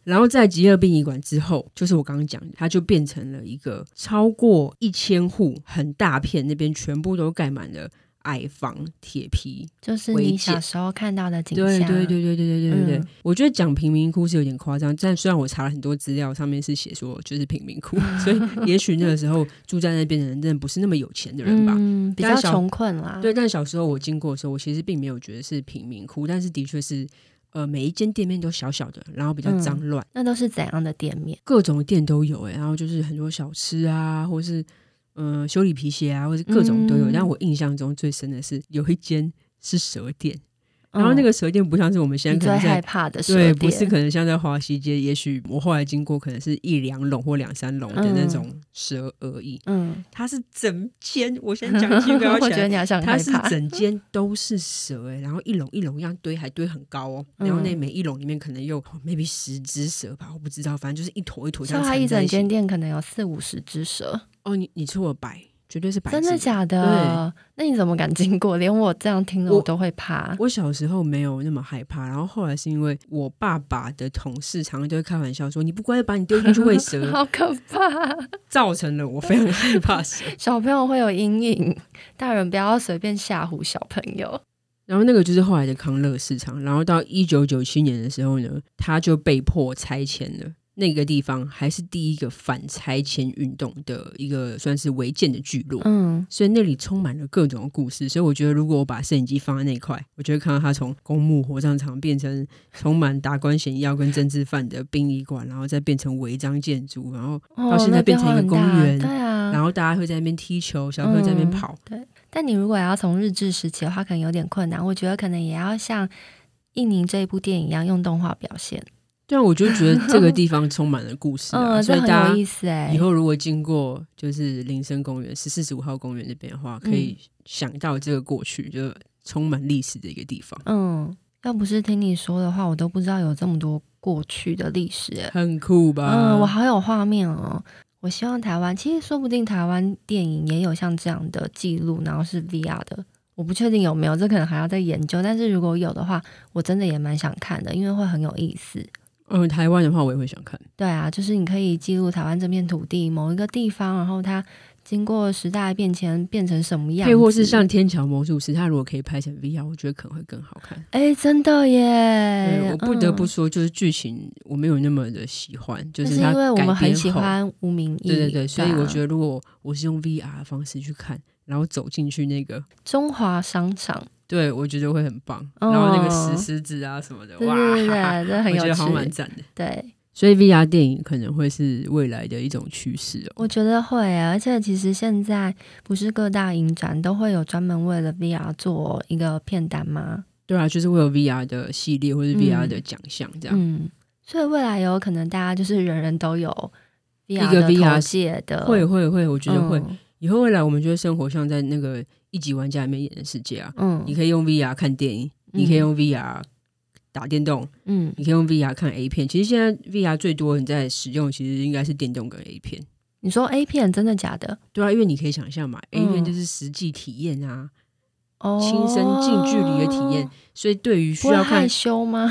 然后在极乐殡仪馆之后，就是我刚刚讲的，它就变成了一个超过一千户、很大片，那边全部都盖满了矮房、铁皮。就是违你建小时候看到的景对对象，啊对对对对对对对，嗯我觉得讲贫民窟是有点夸张，但虽然我查了很多资料，上面是写说就是贫民 窟，所以也许那个时候住在那边的人真的不是那么有钱的人吧。嗯，比但较小穷困啦。对，但小时候我经过的时候，我其实并没有觉得是贫民窟，但是的确是，呃，每一间店面都小小的，然后比较脏乱，那都是怎样的店面？各种店都有、欸，然后就是很多小吃啊，或是嗯、呃修理皮鞋啊，或是各种都有。嗯但我印象中最深的是有一间是蛇店，然后那个蛇店不像是我们现嗯、在哦你可最能害在。怕的蛇对，店，不是可能像在华西街，也许我后来经过，可能是一两笼或两三笼的那嗯种蛇而已。 嗯，它是整间，我先讲 清楚，我我觉得你好像很它害是怕。整间都是蛇哎、然后一笼一笼一样堆，还堆很高哦。嗯然后那每一笼里面可能有、哦 maybe 十只蛇吧，我不知道，反正就是一坨一坨这所样以它缠一在整一起间店可能有四五十只蛇，哦，你你错了，白，绝对是白。真的？假的？那你怎么敢经过？连我这样听了我我都会怕。我小时候没有那么害怕，然后后来是因为我爸爸的同事常常都会开玩笑说：“你不乖，把你丢进去喂蛇。 好可怕！”造成了我非常害怕蛇。小朋友会有阴影，大人不要随便吓唬小朋友。然后那个就是后来的康乐市场，然后到一九九七年的时候呢，他就被迫拆迁了。那个地方还是第一个反拆迁运动的一个算是违建的聚落，嗯，所以那里充满了各种故事。所以我觉得，如果我把摄影机放在那一块，我就会看到它从公墓火葬场变成充满达官显要跟政治犯的殡仪馆，然后再变成违章建筑，然后哦，到现在那变成一个变化很大公园对啊。然后大家会在那边踢球，小朋友在那边嗯跑。但你如果要从日治时期的话，可能有点困难。我觉得可能也要像《印尼》这一部电影一样，用动画表现。对啊，我就觉得这个地方充满了故事、啊，嗯，所这以很大家有意思哎、以后如果经过就是林森公园十四十五号公园那边的话，可以嗯想到这个过去就充满历史的一个地方，嗯，要不是听你说的话，我都不知道有这么多过去的历史哎、很酷吧？嗯，我好有画面哦。我希望台湾，其实说不定台湾电影也有像这样的记录，然后是 VR 的。我不确定有没有，这可能还要再研究。但是如果有的话，我真的也蛮想看的，因为会很有意思。嗯，台湾的话我也会想看。对啊，就是你可以记录台湾这片土地某一个地方，然后它经过时代变迁变成什么样子，配或是像《天桥魔术师》，他如果可以拍成 VR，我觉得可能会更好看。哎，真的耶！对，我不得不嗯说，就是剧情我没有那么的喜欢，就那是是它因为我改们很编喜后欢吴明义，啊对对对，所以我觉得得如果我是用 VR 的方式去看，然后走进去那个，中华商场，对我觉得会很棒。哦然后那个石狮子啊什么的，对哇，对对，这很 我觉有得好像蛮趣。赞的。对，所以 VR 电影可能会是未来的一种趋势哦。我觉得会耶，而且其实现在不是各大影展都会有专门为了 VR 做一个片单吗？对啊，就是会有 VR 的系列或是 VR 嗯的奖项这样。嗯，所以未来有可能大家就是人人都有 VR 个的 VR 头戒的，会会会，我觉得会。嗯以后未来我们就会生活像在那个一级玩家里面演的世界啊。你嗯可以用 VR 看电影，你可以用 VR 打电动，嗯，你可以用 VR 看 A 片。其实现在 VR 最多你在使用，其实应该是电动跟 A 片。你说 A 片真的假的？对啊，因为你可以想象嘛，A 嗯片就是实际体验啊，哦，亲身近距离的体验，，所以对于需不会要看害羞吗？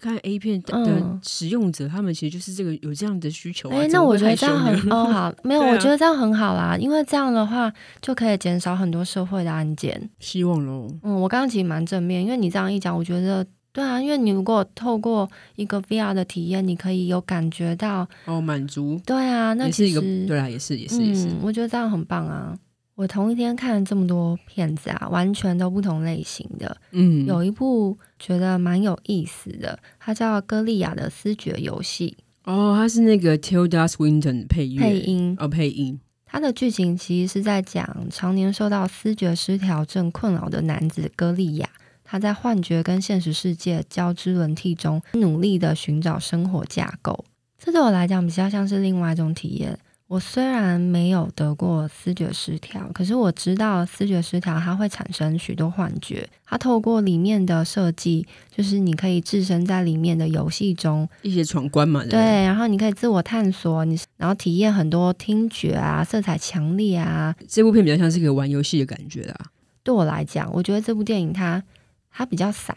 看 A 片的的嗯使用者，他们其实就是这个有这样的需求啊。哎，怎那么我会觉得害这羞样呢很哦好，没有，对啊我觉得这样很好啦，因为这样的话就可以减少很多社会的案件。 希望喽。嗯，我刚刚其实蛮正面，因为你这样一讲，我觉得对啊，因为你如果透过一个 VR 的体验，你可以有感觉到，哦，满足对啊，那也是其一实个对啦，也是也是也是。嗯，我觉得这样很棒啊。我同一天看了这么多片子啊，完全都不同类型的。嗯，有一部觉得蛮有意思的，它叫《歌利亚的思觉游戏哦，他是那个 Tilda Swinton 配》乐配音。哦，配音它的剧情其实是在讲常年受到思觉失调症困扰的男子歌利亚，他在幻觉跟现实世界交织轮替中，努力的寻找生活架构。这对我来讲比较像是另外一种体验。我虽然没有得过思觉失调，可是我知道思觉失调它会产生许多幻觉。它透过里面的设计，就是你可以置身在里面的游戏中，一些闯关嘛，对不对，对，然后你可以自我探索，你然后体验很多听觉啊、色彩强烈啊。这部片比较像是一个玩游戏的感觉啦。对我来讲，我觉得这部电影它它比较散，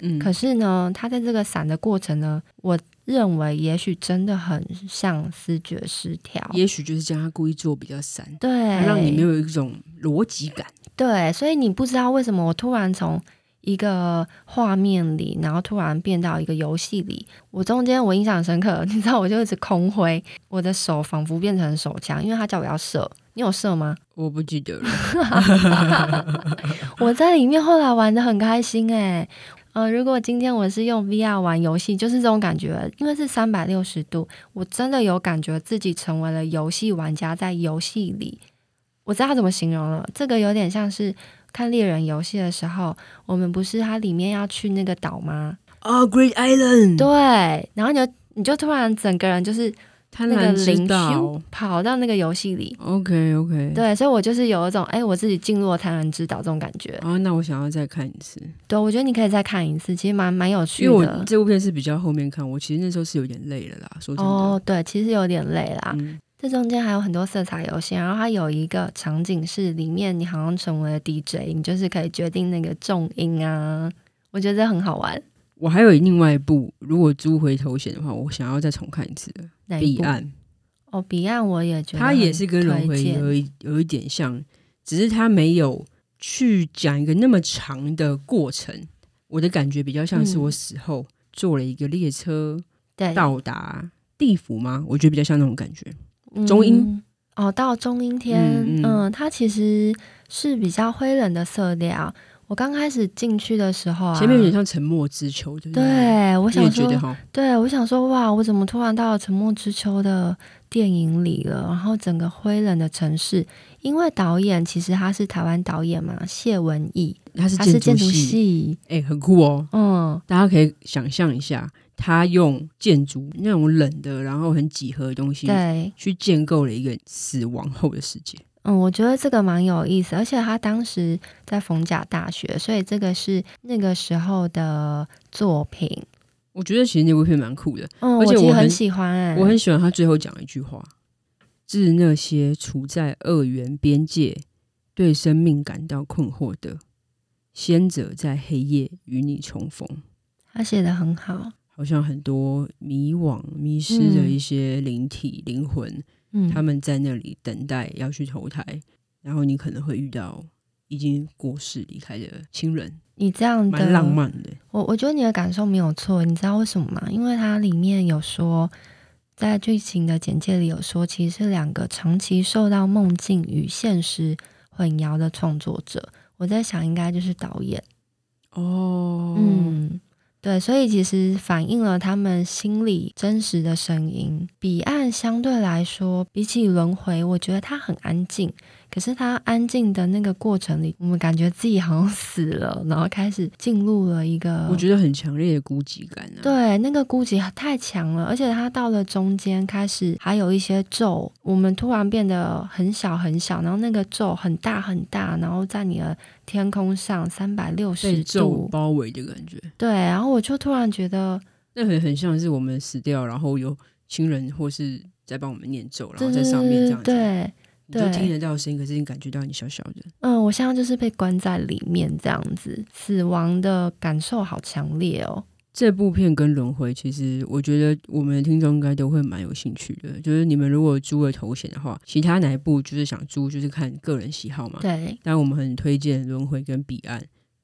嗯，可是呢，它在这个散的过程呢，我认为也许真的很像视觉失调，也许就是这样，他故意做比较散，对，它让你没有一种逻辑感。对，所以你不知道为什么我突然从一个画面里，然后突然变到一个游戏里。我中间我印象很深刻， 你知道，我就一直空挥，我的手仿佛变成手枪，因为他叫我要射。你有射吗？我不记得了， 我在里面后来玩的很开心诶、呃，如果今天我是用 VR 玩游戏，就是这种感觉，因为是三百六十度，我真的有感觉自己成为了游戏玩家，在游戏里，我知道怎么形容了，这个有点像是看猎人游戏的时候，我们不是它里面要去那个岛吗？哦，Great Island，对，然后你就你就突然整个人就是贪那个婪之灵道嗯咻。跑到那个游戏里， OK OK，。对，所以我就是有一种哎，我自己进入了贪婪之岛这种感觉。啊，那我想要再看一次，对，我觉得你可以再看一次，其实蛮蛮有趣因为的。我这部片是比较后面看，我其实那时候是有点累了啦，说真的。哦，啊对，其实有点累啦。嗯，这中间还有很多色彩游戏，然后它有一个场景是里面你好像成为了 DJ，你就是可以决定那个重音啊，我觉得很好玩。我还有另外一部，如果租回头衔的话，我想要再重看一次的哪《一彼部？岸》。哦，彼岸我也觉得它也是跟轮很推回荐有一有一点像，只是它没有去讲一个那么长的过程。我的感觉比较像嗯是哎我死后、坐了一个列车对到达地府吗？我觉得比较像那种感觉。嗯中音哦，到中音天，嗯嗯嗯它其实是比较灰冷的色调。我刚开始进去的时候啊，前面有点像沉默之丘，对不对？对，我你也想觉说得哈，对，我想说，哇，我怎么突然到了《沉默之丘》的电影里了？然后整个灰冷的城市，因为导演其实他是台湾导演嘛，谢文义，它是他是建建筑筑系，系，哎、很酷哦。嗯，大家可以想象一下，他用建筑那种冷的，然后很几何的东西，对，去建构了一个死亡后的世界。嗯，我觉得这个蛮有意思，而且他当时在逢甲大学，所以这个是那个时候的作品，我觉得其实那部片蛮酷的，嗯，而且我其我实很很喜欢、哎，我很喜欢他最后讲一句话：致那些处在二元边界、对生命感到困惑的先者，在黑夜与你重逢。他写的很好，好我想很多迷惘、迷失的一些灵体、灵魂，嗯，他们在那里等待要去投胎，然后你可能会遇到已经过世离开的亲人，你这样的蛮浪漫的。我我觉得你的感受没有错，你知道为什么吗？因为它里面有说，在剧情的简介里有说，其实是两个长期受到梦境与现实混淆的创作者。我在想，应该就是导演。哦，嗯，对，所以其实反映了他们心里真实的声音。彼岸相对来说，比起轮回，我觉得它很安静。可是它安静的那个过程里，我们感觉自己好像死了，然后开始进入了一个我觉得很强烈的孤寂感啊。对，那个孤寂太强了，而且它到了中间开始还有一些咒，我们突然变得很小很小，然后那个咒很大很大，然后在你的天空上三百六被十咒度，包围的感觉，对，然后我就突然觉得那很很像是我们死掉，然后有亲人或是在帮我们念咒，然后对在对上面这样子，对，你都对听得到声音，可是你感觉到你小小的。嗯，我现在就是被关在里面这样子，死亡的感受好强烈哦，这部片跟轮回，其实我觉得我们的听众应该都会蛮有兴趣的。就是你们如果租了头衔的话，其他哪一部就是想租，就是看个人喜好嘛。对，但我们很推荐轮回跟彼岸，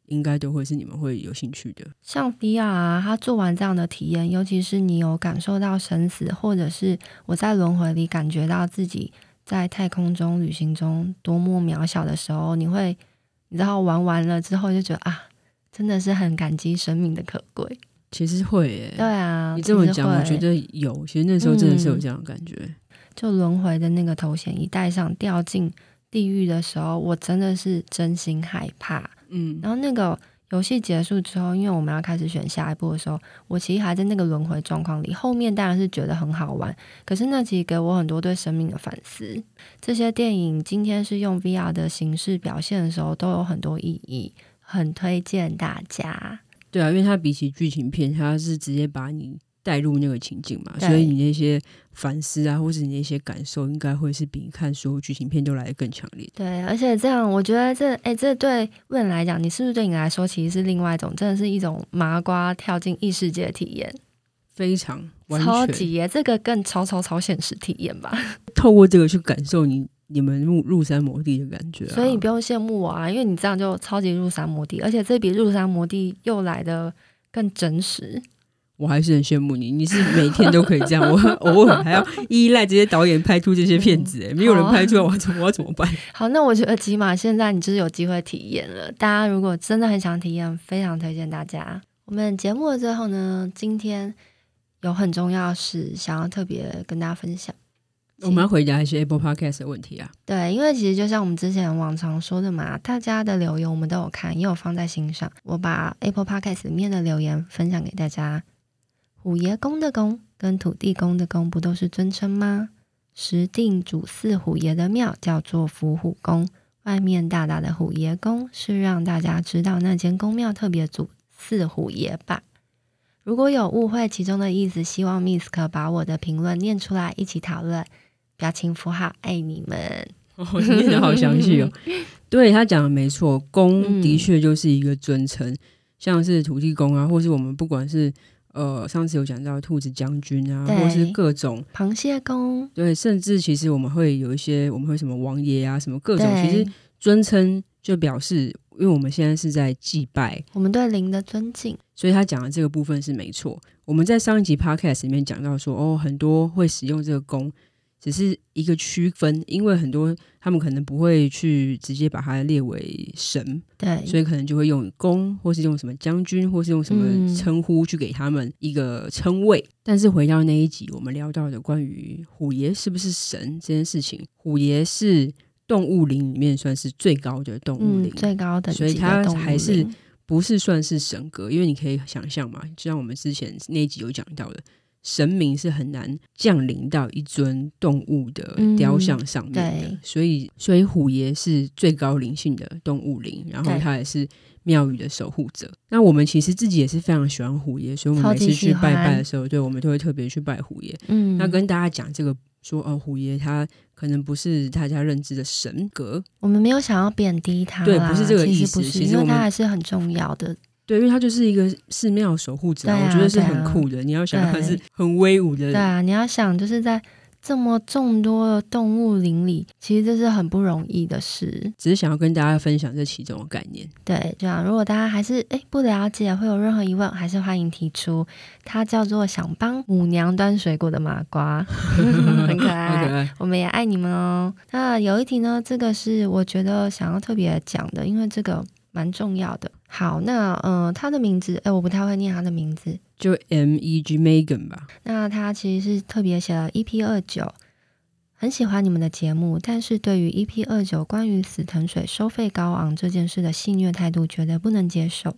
应该都会是你们会有兴趣的。像比亚啊，他做完这样的体验，尤其是你有感受到生死，或者是我在轮回里感觉到自己在太空中旅行中多么渺小的时候，你会，你知道玩完了之后就觉得啊，真的是很感激生命的可贵。其实会耶、对啊，你这么其实讲，我会嗯觉得有。其实那时候真的是有这样的感觉。就轮回的那个头衔一戴上，掉进地狱的时候，我真的是真心害怕。嗯，然后那个游戏结束之后，因为我们要开始选下一步的时候，我其实还在那个轮回状况里。后面当然是觉得很好玩，可是那其实给我很多对生命的反思。这些电影今天是用 VR 的形式表现的时候，都有很多意义，很推荐大家。对啊，因为它比起剧情片，它是直接把你带入那个情境嘛，对所以你那些反思啊，或是你那些感受，应该会是比你看所有剧情片都来的更强烈。对，而且这样，我觉得这哎，这对问来讲，你是不是对你来说其实是另外一种，真的是一种麻瓜跳进异世界的体验，非常完超全级耶！这个更超超超现实体验吧。透过这个去感受你你们入入山摩地的感觉、啊，所以你不用羡慕我啊，因为你这样就超级入山摩地，而且这比入山摩地又来的更真实。我还是很羡慕你，你是每天都可以这样， 我偶尔还要依赖这些导演拍出这些片子、欸，没有人好啊拍出来，我要怎么我要怎么 办？好，那我觉得起码现在你就是有机会体验了。大家如果真的很想体验，非常推荐大家。我们节目的最后呢，今天有很重要的事想要特别跟大家分享。我们要回答一些 Apple Podcast 的问题啊，对，因为其实就像我们之前往常说的嘛，大家的留言我们都有看，也有放在心上。我把 Apple Podcast 里面的留言分享给大家。虎爷公的公跟土地公的公不都是尊称吗？石定主祀虎爷的庙叫做伏虎宫，外面大大的虎爷宫是让大家知道那间宫庙特别主祀虎爷吧。如果有误会其中的意思，希望 Miss 可把我的评论念出来，一起讨论。表情符号，爱你们。我念哦的好详 细哦。对他讲的没错，公嗯的确就是一个尊称，像是土地公啊，或是我们不管是呃上次有讲到兔子将军啊，对或是各种螃蟹公，对，甚至其实我们会有一些，我们会什么王爷啊，什么各种，其对实尊称就表示，因为我们现在是在祭拜，我们对灵的尊敬，所以他讲的这个部分是没错。我们在上一集 podcast 里面讲到说，哦，很多会使用这个弓，只是一个区分，因为很多他们可能不会去直接把它列为神，对，所以可能就会用弓，或是用什么将军，或是用什么嗯称呼去给他们一个称谓。但是回到那一集，我们聊到的关于虎爷是不是神这件事情，虎爷是动物灵里面算是最高的动物嗯灵，，最高等级所以它的动物还是灵不是算是神格，因为你可以想象嘛，就像我们之前那一集有讲到的，神明是很难降临到一尊动物的雕像上面的，嗯对所以所以虎爷是最高灵性的动物灵，然后对他也是庙宇的守护者。那我们其实自己也是非常喜欢虎爷，所以我们超每级次去喜欢拜拜的时候，对我们都会特别去拜虎爷。嗯，那跟大家讲这个。说哦，虎爷他可能不是大家认知的神格，我们没有想要贬低它啦，对不是这个其意实思不是，其实因我为们它还是很重要的对，因为他就是一个寺庙守护者啊，对啊我觉得是对很啊酷的。你要想，他对是很威武的对啊，你要想就是在这么众多的动物林里，其实这是很不容易的事。只是想要跟大家分享这其中的概念。对，这样如果大家还是诶不了解，会有任何疑问，还是欢迎提出。它叫做想帮母娘端水果的麻 瓜，很可好可爱。爱，我们也爱你们哦。那有一题呢，这个是我觉得想要特别讲的，因为这个蛮重要的。好，那呃，他的名字，诶，我不太会念他的名字，就 M E G Megan 吧。那他其实是特别写了 EP 二九，很喜欢你们的节目，但是对于 EP 二九关于死藤水收费高昂这件事的戏谑态度，觉得不能接受。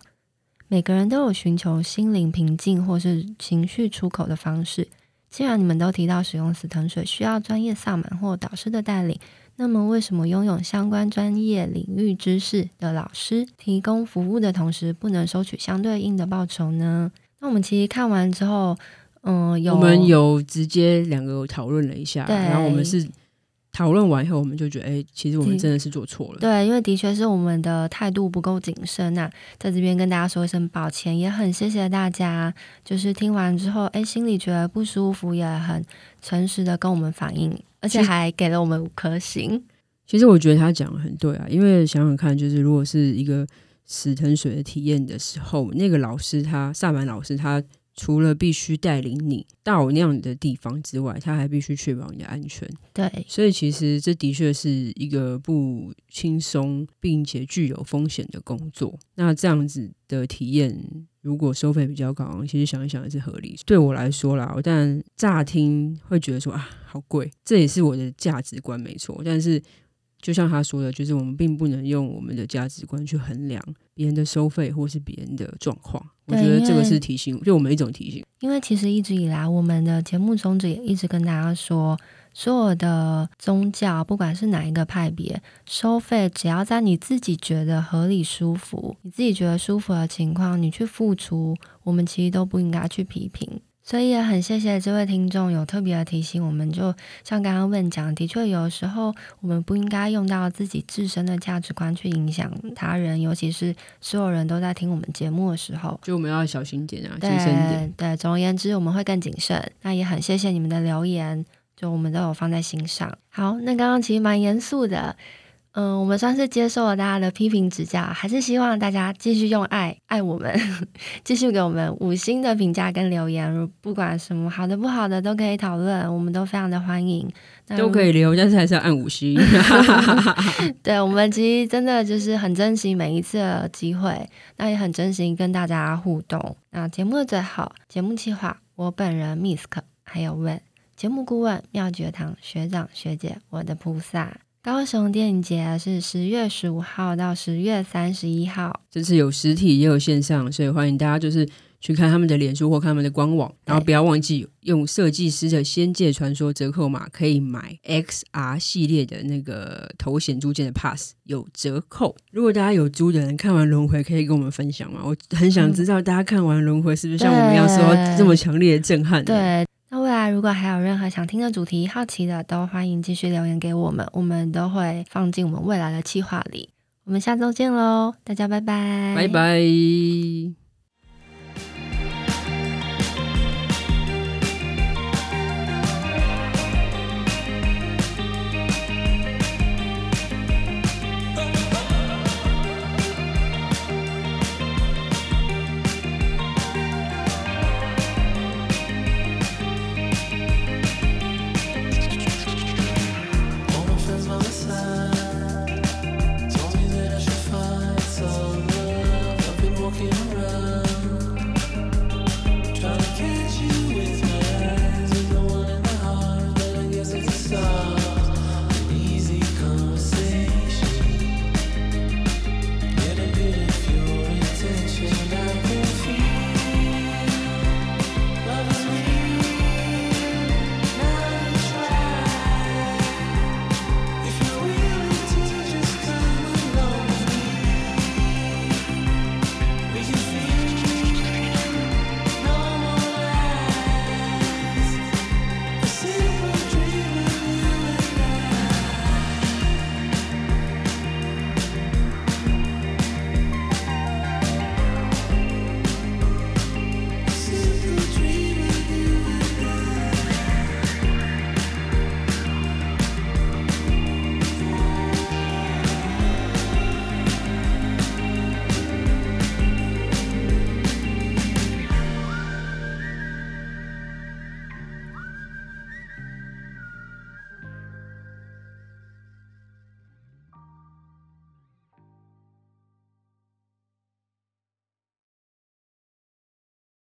每个人都有寻求心灵平静或是情绪出口的方式。既然你们都提到使用死藤水需要专业萨满或导师的带领，那么为什么拥有相关专业领域知识的老师提供服务的同时，不能收取相对应的报酬呢？那我们其实看完之后，嗯、有我们有直接两个有讨论了一下，对然后我们是讨论完以后，我们就觉得，哎、其实我们真的是做错了。对，因为的确是我们的态度不够谨慎那、在这边跟大家说一声抱歉，也很谢谢大家，就是听完之后，哎，心里觉得不舒服，也很诚实的跟我们反映，而且其实还给了我们五颗星。其实我觉得他讲的很对啊，因为想想看，就是如果是一个死藤水的体验的时候，那个老师他萨满老师他。除了必须带领你到那样的地方之外，他还必须确保你的安全。对，所以其实这的确是一个不轻松并且具有风险的工作。那这样子的体验，如果收费比较高，其实想一想也是合理。对我来说啦，我当然乍听会觉得说啊好贵，这也是我的价值观没错。但是就像他说的，就是我们并不能用我们的价值观去衡量别人的收费或是别人的状况。我对觉得因这个为是提醒，对我们一种提醒。因为其实一直以来，我们的节目宗旨也一直跟大家说，所有的宗教，不管是哪一个派别，收费只要在你自己觉得合理、舒服，你自己觉得舒服的情况，你去付出，我们其实都不应该去批评。所以也很谢谢这位听众有特别的提醒，我们就像刚刚问讲，的确有时候我们不应该用到自己自身的价值观去影响他人，尤其是所有人都在听我们节目的时候，就我们要小心一点啊，谨对慎一点。对，总而言之，我们会更谨慎。那也很谢谢你们的留言，就我们都有放在心上。好，那刚刚其实蛮严肃的，嗯，我们算是接受了大家的批评指教，还是希望大家继续用爱爱我们， 继续给我们五星的评价跟留言，如不管什么好的不好的都可以讨论，我们都非常的欢迎，那都可以留，但是还是要按五星。 对我们其实真的就是很珍惜每一次的机会，那也很珍惜跟大家互动。那节目的最后，节目计划我本人 Misk 还有问节目顾问妙觉堂学长学姐，我的菩萨。高雄电影节啊是十月十五号到十月三十一号，这次有实体也有线上，所以欢迎大家就是去看他们的脸书或看他们的官网，然后不要忘记用设计师的《仙界传说》折扣码可以买 XR 系列的那个头显租件的 Pass 有折扣。如果大家有租的人看完《轮回》，可以跟我们分享吗？我很想知道大家看完《轮回》是不是像我们一样受到这么强烈的震撼？，对。那未来如果还有任何想听的主题、好奇的，都欢迎继续留言给我们，我们都会放进我们未来的计划里。我们下周见喽，大家拜拜，拜拜。